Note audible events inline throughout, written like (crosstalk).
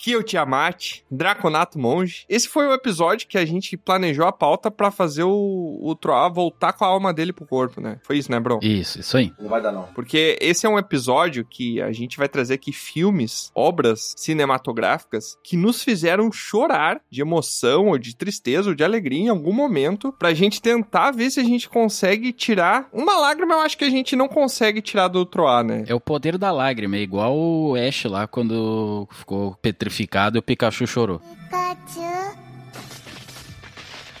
Kyo é Tiamat, Draconato Monge. Esse foi o episódio que a gente planejou a pauta pra fazer o, o Troá voltar com a alma dele pro corpo, né? Foi isso, né, Bron? Isso, isso aí. (laughs) Não vai dar, não. Porque esse é um episódio que a gente vai trazer aqui filmes, obras cinematográficas que nos fizeram chorar de emoção ou de tristeza ou de alegria em algum momento pra gente tentar ver se a gente consegue tirar uma lágrima, eu acho que a gente não consegue tirar do Troá, né? É o poder da lágrima, é igual o Ash lá quando ficou petrificado e o Pikachu chorou. ピカチュ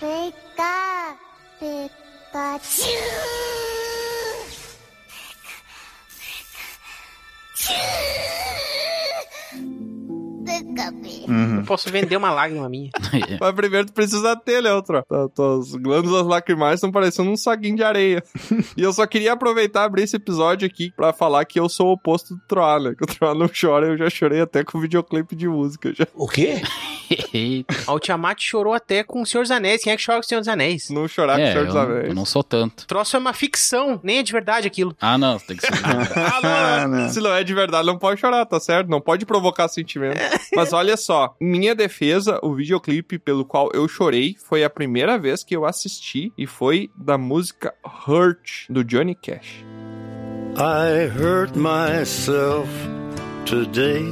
ウピカピカチュウ Uhum. Eu posso vender uma lágrima minha. Mas primeiro tu precisa ter, Léo. Tro. Tu- Tuas glândulas lacrimais estão parecendo um saguinho de (laughs) areia. e eu só queria aproveitar e abrir esse episódio aqui pra falar que eu sou o oposto do Troá, né? Que o Troá não chora, eu já chorei até com videoclipe de música. Já O quê? Eita, Ah, O Tiamat chorou até com o Senhor dos Anéis. Quem é que chora com o Senhor dos Anéis? não chorar é, com o Senhor dos eu, eu Anéis. não sou tanto. (laughs) O troço é uma ficção, nem é de verdade aquilo. Ah, não, tem que ser. Ah, não, não. não. Se não é de verdade, não pode chorar, tá certo? Não pode provocar sentimento. Mas olha só, em minha defesa, o videoclipe pelo qual eu chorei foi a primeira vez que eu assisti e foi da música Hurt, do Johnny Cash. I hurt myself today.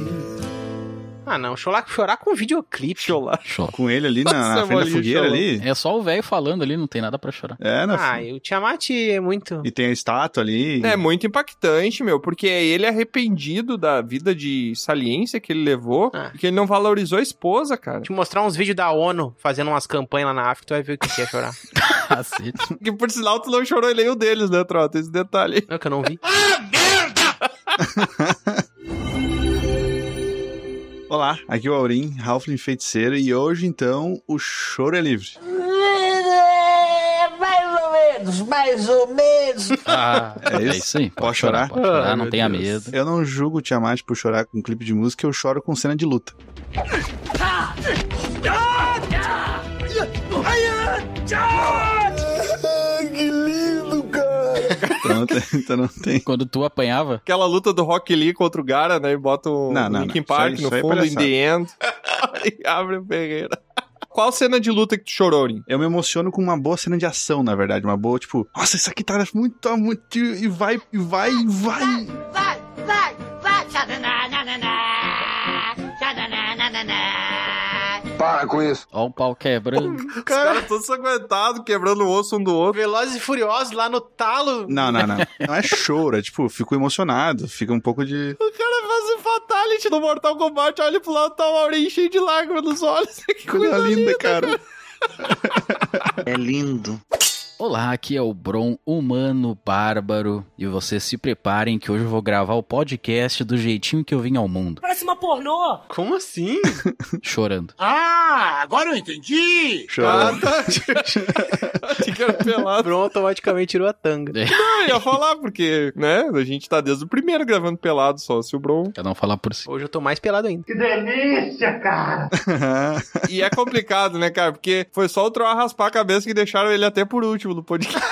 Ah, não. Chorar, chorar com videoclipe. Chorar. Show. Com ele ali na, na Nossa, frente da bolinha, fogueira chorou. ali. É só o velho falando ali, não tem nada pra chorar. É, na Ah, e o Tiamat é muito. E tem a estátua ali. É muito impactante, meu, porque ele é arrependido da vida de saliência que ele levou, Ah. porque ele não valorizou a esposa, cara. Te mostrar uns vídeos da ONU fazendo umas campanhas lá na África, tu vai ver o que que (laughs) é chorar. (laughs) Cacete. Que por sinal tu não chorou em nenhum deles, né, Trota? Esse detalhe. Não, que eu não vi. Ah, (laughs) Olá, aqui é o Aurim, Halfling Feiticeiro, e hoje então o choro é livre. É, mais ou menos, mais ou menos. Ah, É isso? aí. Pode chorar? Pode chorar, Ai, não meu tenha Deus. medo. Eu não julgo o Tiamat por chorar com um clipe de música, eu choro com cena de luta. que lindo, cara! Então não tem. Então não tem. Quando tu apanhava, Aquela luta do Rock Lee contra o Gara, né? E bota o Não, não, Linkin não. Park Isso aí- no isso aí é fundo, em palhaçada. the end. (laughs) e abre o Ferreira. Qual cena de luta que tu chorou, Aurim? Eu me emociono com uma boa cena de ação, na verdade. Uma boa, tipo, nossa, isso aqui tá muito, tá muito. E vai, e vai, e vai. Vai, vai, vai! Xananá, nananá! Xananá, nananá! Para com isso! ó o pau quebrando. Os caras todos aguentados, quebrando o osso um do outro. Velozes e Furiosos lá no talo. Não, não, não. Não é choro, é tipo, eu fico emocionado, fica um pouco de. (laughs) O cara faz um fatality no Mortal Kombat, olha pro lado, tá o Aurim cheio de lágrimas nos olhos. (laughs) que Coisa, linda, cara. É lindo. Olá, aqui é o Bron, humano bárbaro. E vocês se preparem que hoje eu vou gravar o podcast do jeitinho que eu vim ao mundo. Parece uma pornô. Como assim? (laughs) Chorando. Ah, agora eu entendi. Ah, tá. Chorando. (laughs) Achei que era é pelado. Bruno automaticamente tirou a tanga. É. Não, eu ia falar, porque, né, a gente tá desde o primeiro gravando pelado só, se o Bron. Cada um falar por si. Hoje eu tô mais pelado ainda. E é complicado, né, cara? Porque foi só o Troá raspar a cabeça que deixaram ele até por último no podcast. (laughs)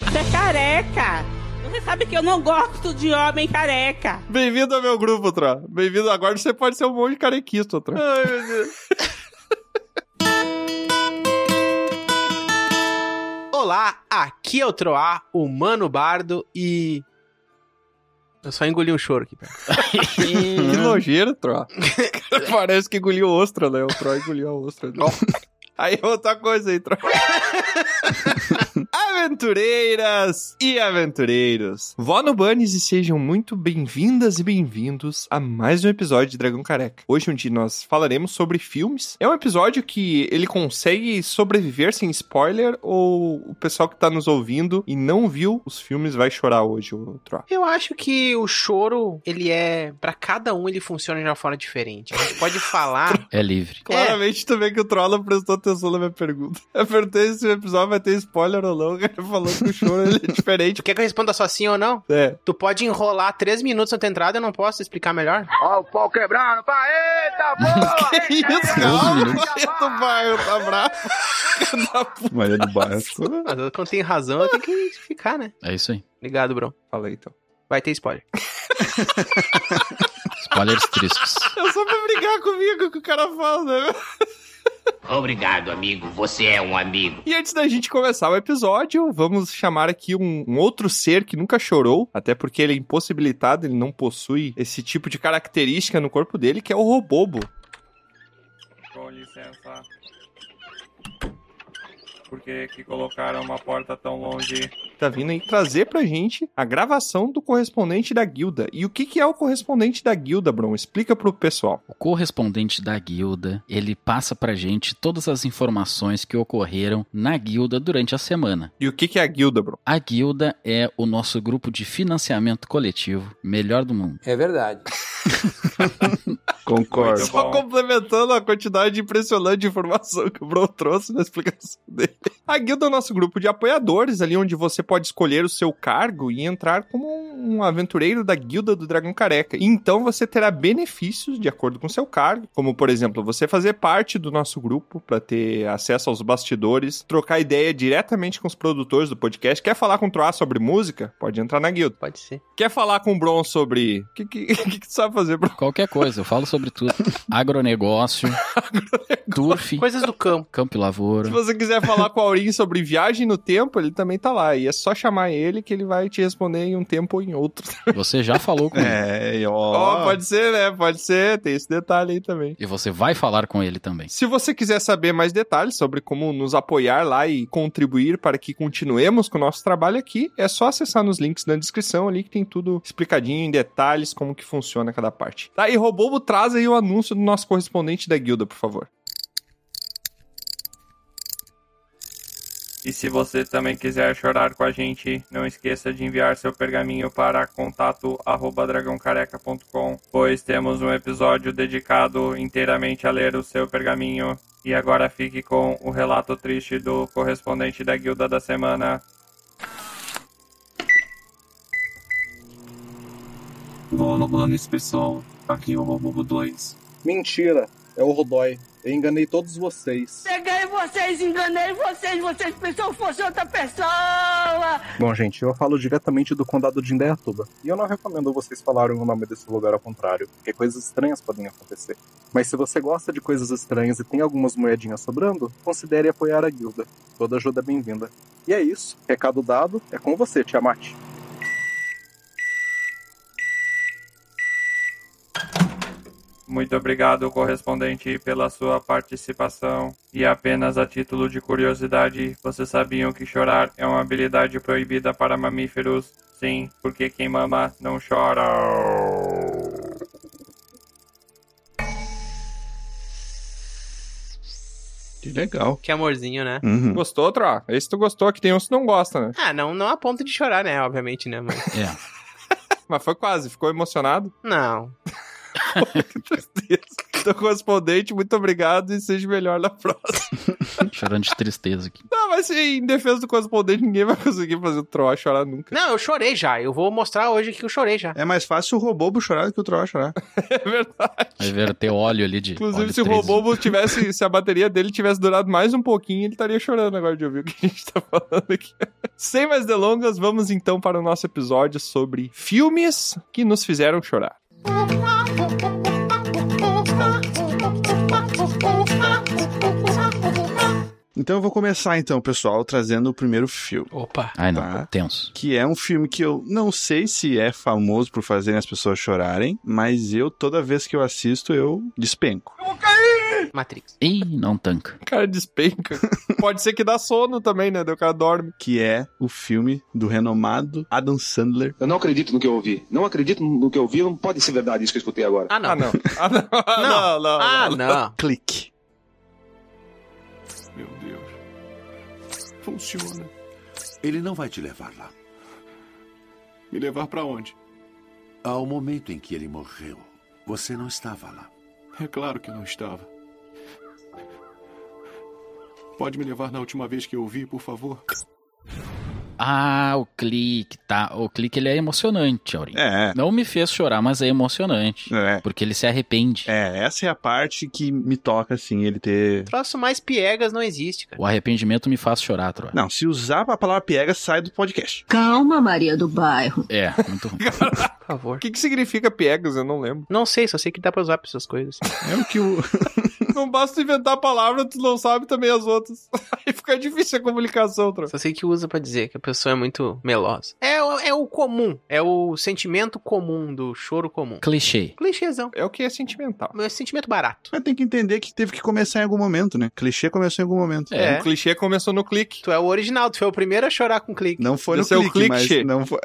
Você é careca. Você sabe que eu não gosto de homem careca. Bem-vindo ao meu grupo, Troá. Bem-vindo. Agora você pode ser um monte de carequista, Troá. Ai, meu Deus. Olá, aqui é o Troá, o Mano Bardo e. Eu só engoli um choro aqui, pera. (laughs) Que nojeira, (laughs) Troá. Cara, Parece que engoliu ostra, né? O Troá engoliu a ostra. né? Aí outra coisa aí, Troá. Aventureiras e aventureiros, vó no Bunnies e sejam muito bem-vindas e bem-vindos a mais um episódio de Dragão Careca. Hoje, onde nós falaremos sobre filmes. É um episódio que ele consegue sobreviver sem spoiler ou o pessoal que tá nos ouvindo e não viu os filmes vai chorar hoje, o Troá? Eu acho que o choro, ele é. Pra cada um, ele funciona de uma forma diferente. A gente (laughs) pode falar. É livre. Claramente também que o Troll não prestou atenção na minha pergunta. Eu perguntei se o episódio vai ter spoiler ou não. (laughs) O cara falou que o choro ele (laughs) é diferente. Tu quer que eu responda só sim ou não? É. Tu pode enrolar três minutos na tua entrada, eu não posso explicar melhor? Ó, o pau quebrando! Pá, (laughs) eita, porra! Que isso, Doze cara? minutos. Tu vai, tá bravo. Filho da puta. Maria do Bairro. Mas quando tem razão, eu tenho que ficar, né? É isso aí. Obrigado, Bruno. Fala aí, então. Vai ter spoiler. Spoilers tristes. É só pra brigar comigo que o cara fala, né? Obrigado, amigo. Você é um amigo. E antes da gente começar o episódio, vamos chamar aqui um, um outro ser que nunca chorou, até porque ele é impossibilitado, ele não possui esse tipo de característica no corpo dele, que é o Robobo. Com licença. Por que, que colocaram uma porta tão longe? Tá vindo aí trazer pra gente a gravação do correspondente da guilda. E o que, que é o correspondente (laughs) da guilda, Bron? Explica pro pessoal. O correspondente da guilda, ele passa pra gente todas as informações que ocorreram na guilda durante a semana. E o que, que é a guilda, Bron? A guilda é o nosso grupo de financiamento coletivo melhor do mundo. É verdade. Concordo. Muito Só bom. complementando a quantidade impressionante de informação que o Bruno trouxe na explicação dele. A guilda é o nosso grupo de apoiadores, ali onde você pode escolher o seu cargo e entrar como um aventureiro da guilda do Dragão Careca. E então você terá benefícios de acordo com o seu cargo, como por exemplo, você fazer parte do nosso grupo para ter acesso aos bastidores, trocar ideia diretamente com os produtores do podcast. Quer falar com o Troá sobre música? Pode entrar na guilda. Pode ser. Quer falar com o Bron sobre. O (laughs) que, que, que, que tu sabe fazer, Bron? Qualquer coisa, eu falo (laughs) sobre tudo. Agronegócio, turf, Coisas do campo. campo e Se lavoura. você quiser falar com o Aurim sobre viagem no tempo, ele também tá lá. E é só chamar ele que ele vai te responder em um tempo ou em outro. (laughs) Você já falou com ele. É, e Ó, ó. pode ser, né? Pode ser. Tem esse detalhe aí também. E você vai falar com ele também. Se você quiser saber mais detalhes sobre como nos apoiar lá e contribuir para que continuemos com o nosso trabalho aqui, é só acessar nos links na descrição ali que tem tudo explicadinho em detalhes como que funciona cada parte. Tá, e Robobo traz aí o anúncio do nosso correspondente da guilda, por favor. E se você também quiser chorar com a gente, não esqueça de enviar seu pergaminho para contato arroba dragãocareca.com, pois temos um episódio dedicado inteiramente a ler o seu pergaminho. E agora fique com o relato triste do correspondente da guilda da semana. Bolo Planes pessoal, aqui é o Robo 2. Mentira, é o Rodói. Eu enganei todos vocês. Peguei vocês, enganei vocês, vocês pensam que fosse outra pessoa. Bom, gente, eu falo diretamente do condado de Indaiatuba. E eu não recomendo vocês falarem o nome desse lugar ao contrário, porque coisas estranhas podem acontecer. Mas se você gosta de coisas estranhas e tem algumas moedinhas sobrando, considere apoiar a guilda. Toda ajuda é bem-vinda. E é isso. Recado dado, é com você, Tiamat. Muito obrigado, correspondente, pela sua participação. E apenas a título de curiosidade, vocês sabiam que chorar é uma habilidade proibida para mamíferos? Sim, porque quem mama não chora. Que legal. Que amorzinho, né? Uhum. Gostou, Tro? Esse tu gostou, que tem uns que não gosta, né? Ah, não, não a ponto de chorar, né? (laughs) Obviamente, né? Mas. É. (laughs) Mas foi quase, ficou emocionado. (laughs) Não. que tristeza. Então, correspondente, muito obrigado e seja melhor na próxima. (laughs) Chorando de tristeza aqui. Não, mas em defesa do correspondente, ninguém vai conseguir fazer o Troá chorar nunca. Não, eu chorei já. Eu vou mostrar hoje que eu chorei já. É mais fácil o Robobo chorar do que o Troll chorar. É verdade. Vai ver ter óleo ali de. Inclusive, óleo se o treze. Robobo tivesse, se a bateria dele tivesse durado mais um pouquinho, ele estaria chorando agora de ouvir o que a gente tá falando aqui. (laughs) Sem mais delongas, vamos então para o nosso episódio sobre filmes que nos fizeram chorar. Então eu vou começar então, pessoal, trazendo o primeiro filme. Opa. Ai, não, Tá. tenso. Que é um filme que eu não sei se é famoso por fazerem as pessoas chorarem, mas eu, toda vez que eu assisto, eu despenco. Matrix. Ih, não tanca. O cara despenca. (laughs) Pode ser que dá sono também, né? Daí O cara dorme. Que é o filme do renomado Adam Sandler. Eu não acredito no que eu ouvi. Não acredito no que eu ouvi. Não pode ser verdade isso que eu escutei agora. Ah, não. Ah, não. Ah, não. Ah, não, não, (laughs) Ah, não. Clique. Meu Deus. Funciona. Ele não vai te levar lá. Me levar para onde? Ao momento em que ele morreu, você não estava lá. É claro que não estava. Pode me levar na última vez que eu ouvi, por favor? Ah, o clique, tá. O clique ele é emocionante, Aurinho. É. Não me fez chorar, mas é emocionante. É. Porque ele se arrepende. É, essa é a parte que me toca, assim, ele ter. Troço mais piegas não existe, cara. O arrependimento me faz chorar, Troa. Não, se usar a palavra piega, sai do podcast. Calma, Maria do Bairro. É, muito (laughs) ruim. Por favor. O que, que significa piegas? Eu não lembro. Não sei, só sei que dá pra usar pra essas coisas. É o que o. (laughs) Não basta inventar a palavra, tu não sabe também as outras. (laughs) Aí fica difícil a comunicação, troca. Só sei que usa pra dizer que a pessoa é muito melosa. É, o- é o comum. É o sentimento comum do choro comum. Clichê. Clichêzão. É o que é sentimental. É sentimento barato. Mas tem que entender que teve que começar em algum momento, né? Clichê começou em algum momento. É. O Um clichê começou no clique. Tu é o original, tu foi o primeiro a chorar com clique. Não foi no Esse é o clique, mas clichê. não foi...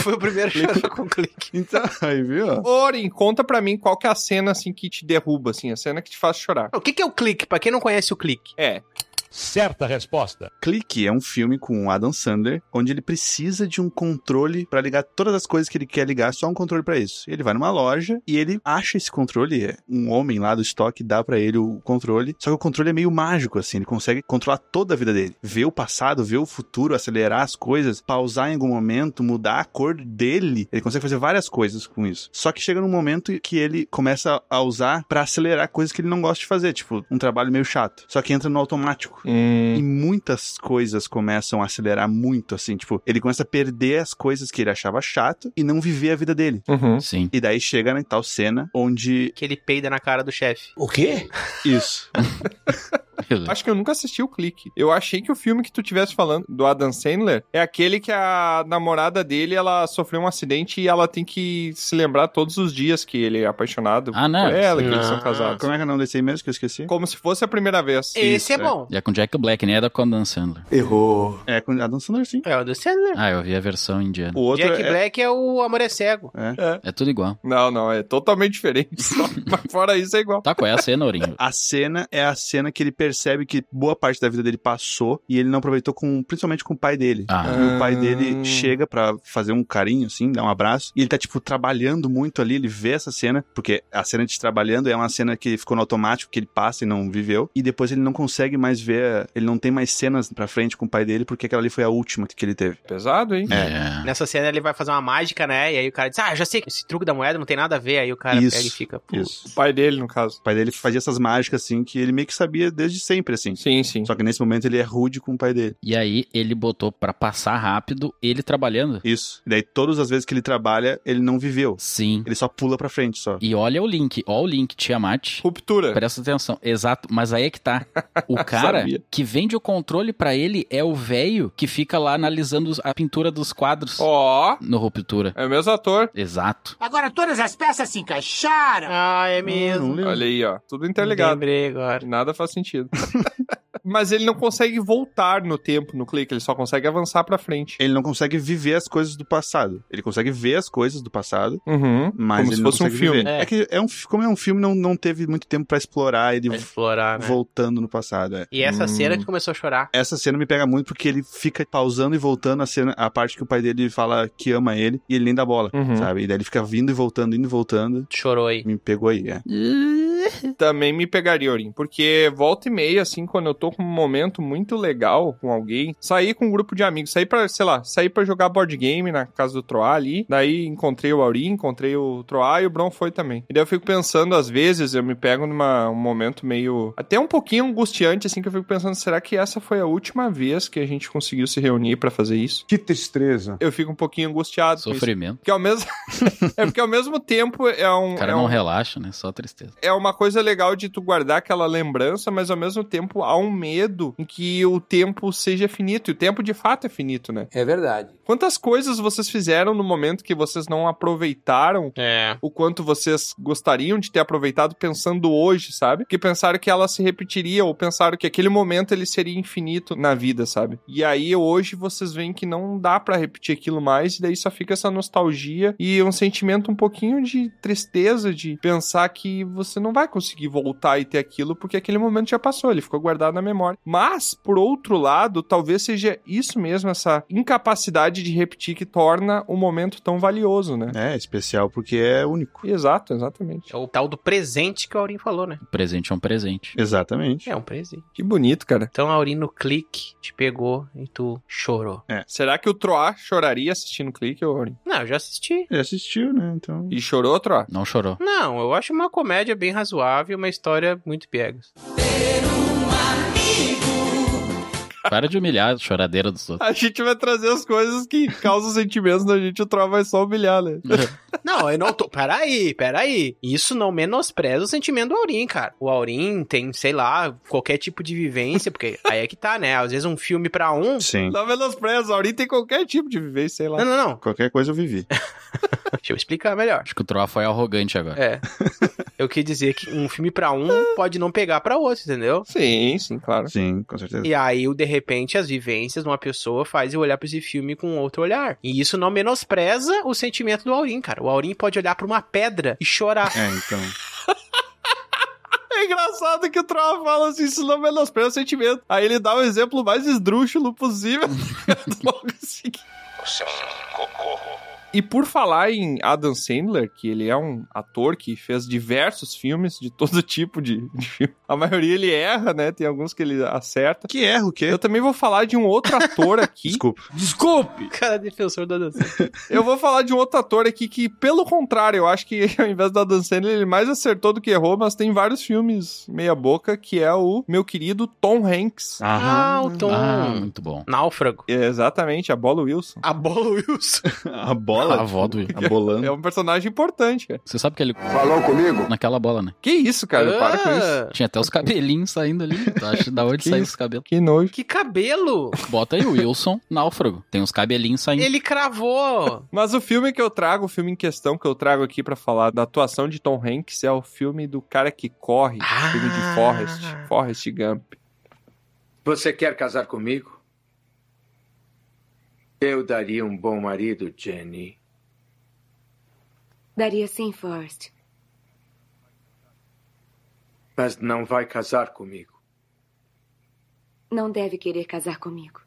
foi o primeiro a chorar com clique. Então, (laughs) aí Ah. viu? Orin, conta pra mim qual que é a cena, assim, que te derruba, assim, a cena que te faz chorar. O que, que é o clique? Pra quem não conhece o clique. É, Certa resposta. Clique é um filme com o Adam Sandler, onde ele precisa de um controle pra ligar todas as coisas que ele quer ligar, só um controle pra isso. Ele vai numa loja e ele acha esse controle, é, um homem lá do estoque dá pra ele o controle, só que o controle é meio mágico assim, ele consegue controlar toda a vida dele, ver o passado, ver o futuro, acelerar as coisas, pausar em algum momento, mudar a cor dele, ele consegue fazer várias coisas com isso. Só que chega num momento que ele começa a usar pra acelerar coisas que ele não gosta de fazer, tipo, um trabalho meio chato. Só que entra no automático. Hum. E muitas coisas começam a acelerar muito, assim. Tipo, ele começa a perder as coisas que ele achava chato e não viver a vida dele. Uhum. Sim. E daí chega na tal cena onde. Que ele peida na cara do chefe. O quê? Isso. Acho que eu nunca assisti o Clique. Eu achei que o filme que tu tivesse falando do Adam Sandler é aquele que a namorada dele, ela sofreu um acidente e ela tem que se lembrar todos os dias que ele é apaixonado Ah, não. por ela, que eles são Não. casados. Como é que é o nome desse aí mesmo que eu esqueci? Como se fosse a primeira vez. Esse Isso, é, é. bom. E é com Jack Black, né? É da Conan Sandler. Errou. É com Adam Sandler, sim. É o do Sandler. Ah, eu vi a versão indiana. O outro Jack é... Black é o Amor é Cego. É tudo igual. Não, não, é totalmente diferente. Só- (laughs) Mas fora isso é igual. Tá, qual é a cena, Aurinho? A cena é a cena que ele percebe que boa parte da vida dele passou e ele não aproveitou com, principalmente com o pai dele. Ah, E o pai dele Ah. chega pra fazer um carinho, assim, dar um abraço. E ele tá, tipo, trabalhando muito ali. Ele vê essa cena, porque a cena de trabalhando é uma cena que ficou no automático, que ele passa e não viveu. E depois ele não consegue mais ver, ele não tem mais cenas pra frente com o pai dele, porque aquela ali foi a última que ele teve. Pesado, hein? é. Nessa cena ele vai fazer uma mágica, né? E aí o cara diz: Ah, já sei que esse truque da moeda não tem nada a ver. Aí o cara Isso. pega e fica. "Pô, O pai dele, no caso. O pai dele fazia essas mágicas, assim, que ele meio que sabia desde sempre, assim. Sim, sim. Só que nesse momento ele é rude com o pai dele. E aí ele botou pra passar rápido ele trabalhando. Isso. E daí todas as vezes que ele trabalha, ele não viveu. Sim. Ele só pula pra frente, só. E olha o link, ó o link, Tiamat. Ruptura. Presta atenção, exato, mas aí é que tá. O (laughs) cara Sabia. que vende o controle pra ele é o velho que fica lá analisando os- a pintura dos quadros Ó, no Ruptura. é o mesmo ator. Exato. Agora todas as peças se encaixaram. Ah, é Ah, mesmo. não lembro. Olha aí, ó. Tudo interligado. Lembrei agora. Nada faz sentido. (laughs) Mas ele não consegue voltar no tempo, no clique. Ele só consegue avançar pra frente. Ele não consegue viver as coisas do passado. Ele consegue ver as coisas do passado, Uhum. Mas Como ele se não fosse um consegue filme. viver. É. É. que é um, fi- como é um filme, não, não teve muito tempo pra explorar ele Pra Explorar, né? voltando no passado. é. E essa Hum. cena que começou a chorar. Essa cena me pega muito porque ele fica pausando e voltando a cena, a parte que o pai dele fala que ama ele e ele nem dá bola, Uhum. sabe? E daí ele fica vindo e voltando, indo e voltando. Chorou aí. Me pegou aí, é. Também me pegaria, Orin. Porque volta e meia, assim, quando eu tô com um momento muito legal com alguém, sair com um grupo de amigos, sair pra, sei lá, sair pra jogar board game na casa do Troá ali. Daí encontrei o Aurim, encontrei o Troá e o Bron foi também. E daí eu fico pensando, às vezes, eu me pego numa um momento meio. até um pouquinho angustiante, assim, que eu fico pensando, será que essa foi a última vez que a gente conseguiu se reunir pra fazer isso? Que tristeza. Eu fico um pouquinho angustiado. com isso. Sofrimento. Porque ao mesmo... (laughs) é porque ao mesmo tempo é um. O cara é não um- relaxa, né? Só tristeza. é uma coisa legal de tu guardar aquela lembrança, mas ao mesmo tempo há um medo em que o tempo seja finito. E o tempo de fato é finito, né? É verdade. Quantas coisas vocês fizeram no momento que vocês não aproveitaram É. o quanto vocês gostariam de ter aproveitado pensando hoje, sabe? Que pensaram que ela se repetiria ou pensaram que aquele momento ele seria infinito na vida, sabe? E aí hoje vocês veem que não dá pra repetir aquilo mais e daí só fica essa nostalgia e um sentimento um pouquinho de tristeza de pensar que você não vai vai conseguir voltar e ter aquilo porque aquele momento já passou, ele ficou guardado na memória. Mas, por outro lado, talvez seja isso mesmo, essa incapacidade de repetir que torna o momento tão valioso, né? É, especial porque é único. Exato, exatamente. É o tal do presente que a Aurim falou, né? Presente é um presente. Exatamente. É um presente. Que bonito, cara. Então a Aurim no clique te pegou e tu chorou. É. Será que o Troá choraria assistindo o clique, Aurim? Não, eu já assisti. Ele assistiu, né? Então. E chorou, Troá? Não chorou. Não, eu acho uma comédia bem razoável, uma história muito piegas. Para de humilhar a choradeira dos outros. A gente vai trazer as coisas que causam sentimentos na gente, o Troá vai só humilhar, né? (laughs) Não, eu não tô. Peraí, peraí. Isso não menospreza o sentimento do Aurim, cara. O Aurim tem, sei lá, qualquer tipo de vivência, porque aí é que tá, né? Às vezes um filme pra um. Sim. Não menospreza, Aurim tem qualquer tipo de vivência, sei lá. Não, não, não. Qualquer coisa eu vivi. Deixa eu explicar melhor. Acho (laughs) que o Troá foi arrogante agora. É. Eu quis dizer que um filme pra um pode não pegar pra outro, entendeu? Sim, sim, claro. Sim, com certeza. E aí, o- de repente, as vivências de uma pessoa faz eu olhar pra esse filme com outro olhar. E isso não menospreza o sentimento do Aurim, cara. O Aurim pode olhar pra uma pedra e chorar. É, então. É engraçado que o Troá fala assim, isso não menospreza o sentimento. Aí ele dá o exemplo mais esdrúxulo possível. Logo em seguida. E por falar em Adam Sandler, que ele é um ator que fez diversos filmes de todo (laughs) tipo de, de filme. A maioria ele erra, né? Tem alguns que ele acerta. Que erro, o quê? Eu também vou falar de um outro ator aqui. (laughs) Desculpa. Desculpe! Cara, defensor da dança. Eu vou falar de um outro ator aqui que, pelo contrário, eu acho que (laughs) ao invés da Dan Sandler, ele mais acertou do que errou, mas tem vários filmes meia boca, que é o meu querido Tom Hanks. Ah, o Tom. Ah, muito bom. (laughs) Náufrago. É, exatamente, a Bola Wilson. A bola (laughs) Wilson. A A bola. avó do... A (laughs) bolando. É um personagem importante, cara. Você sabe que ele... Falou comigo? Naquela bola, né? Que isso, cara? Para com isso. Ah, Tinha até os cabelinhos saindo ali. Tu acha da (laughs) onde Que saiu isso? os cabelos? Que nojo. Que cabelo! Bota aí o Wilson, náufrago. Tem uns cabelinhos saindo. Ele cravou. Mas o filme que eu trago, o filme em questão que eu trago aqui pra falar da atuação de Tom Hanks é o filme do cara que corre, Ah. filme de Forrest, Forrest Gump. Você quer casar comigo? Eu daria um bom marido, Jenny. Daria sim, Forrest. Mas não vai casar comigo. Não deve querer casar comigo.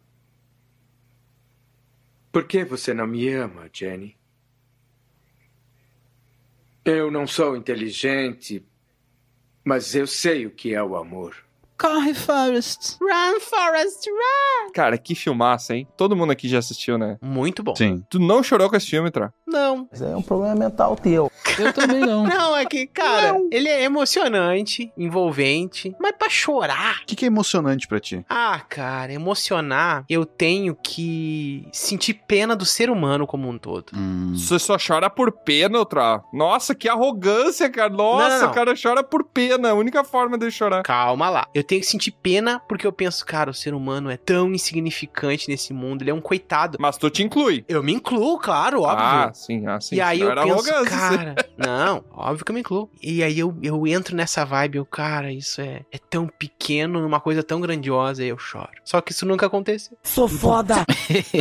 Por que você não me ama, Jenny? Eu não sou inteligente, mas eu sei o que é o amor. Corre, Forrest. Run, Forrest, run! Cara, que filmaça, hein? Todo mundo aqui já assistiu, né? Muito bom. Sim. Tu não chorou com esse filme, Tra? Não. É um problema mental teu. Eu também não. (laughs) Não, é que, cara, ele é emocionante, envolvente, mas pra chorar. O que, que é emocionante pra ti? Ah, cara, emocionar, eu tenho que sentir pena do ser humano como um todo. Hum, Você só chora por pena, Tra. Nossa, que arrogância, cara. Nossa, Não, não, não. o cara chora por pena. A única forma dele chorar. Calma lá. Eu tenho que sentir pena porque eu penso, cara, o ser humano é tão insignificante nesse mundo, ele é um coitado. Mas tu te inclui. Eu me incluo, claro, óbvio. Ah, sim, ah, sim. e aí Senão eu era penso, arrogância. cara, não, óbvio que eu me incluo. E aí eu, eu entro nessa vibe, eu, cara, isso é, é tão pequeno, numa coisa tão grandiosa, e eu choro. Só que isso nunca aconteceu. Sou foda. (laughs)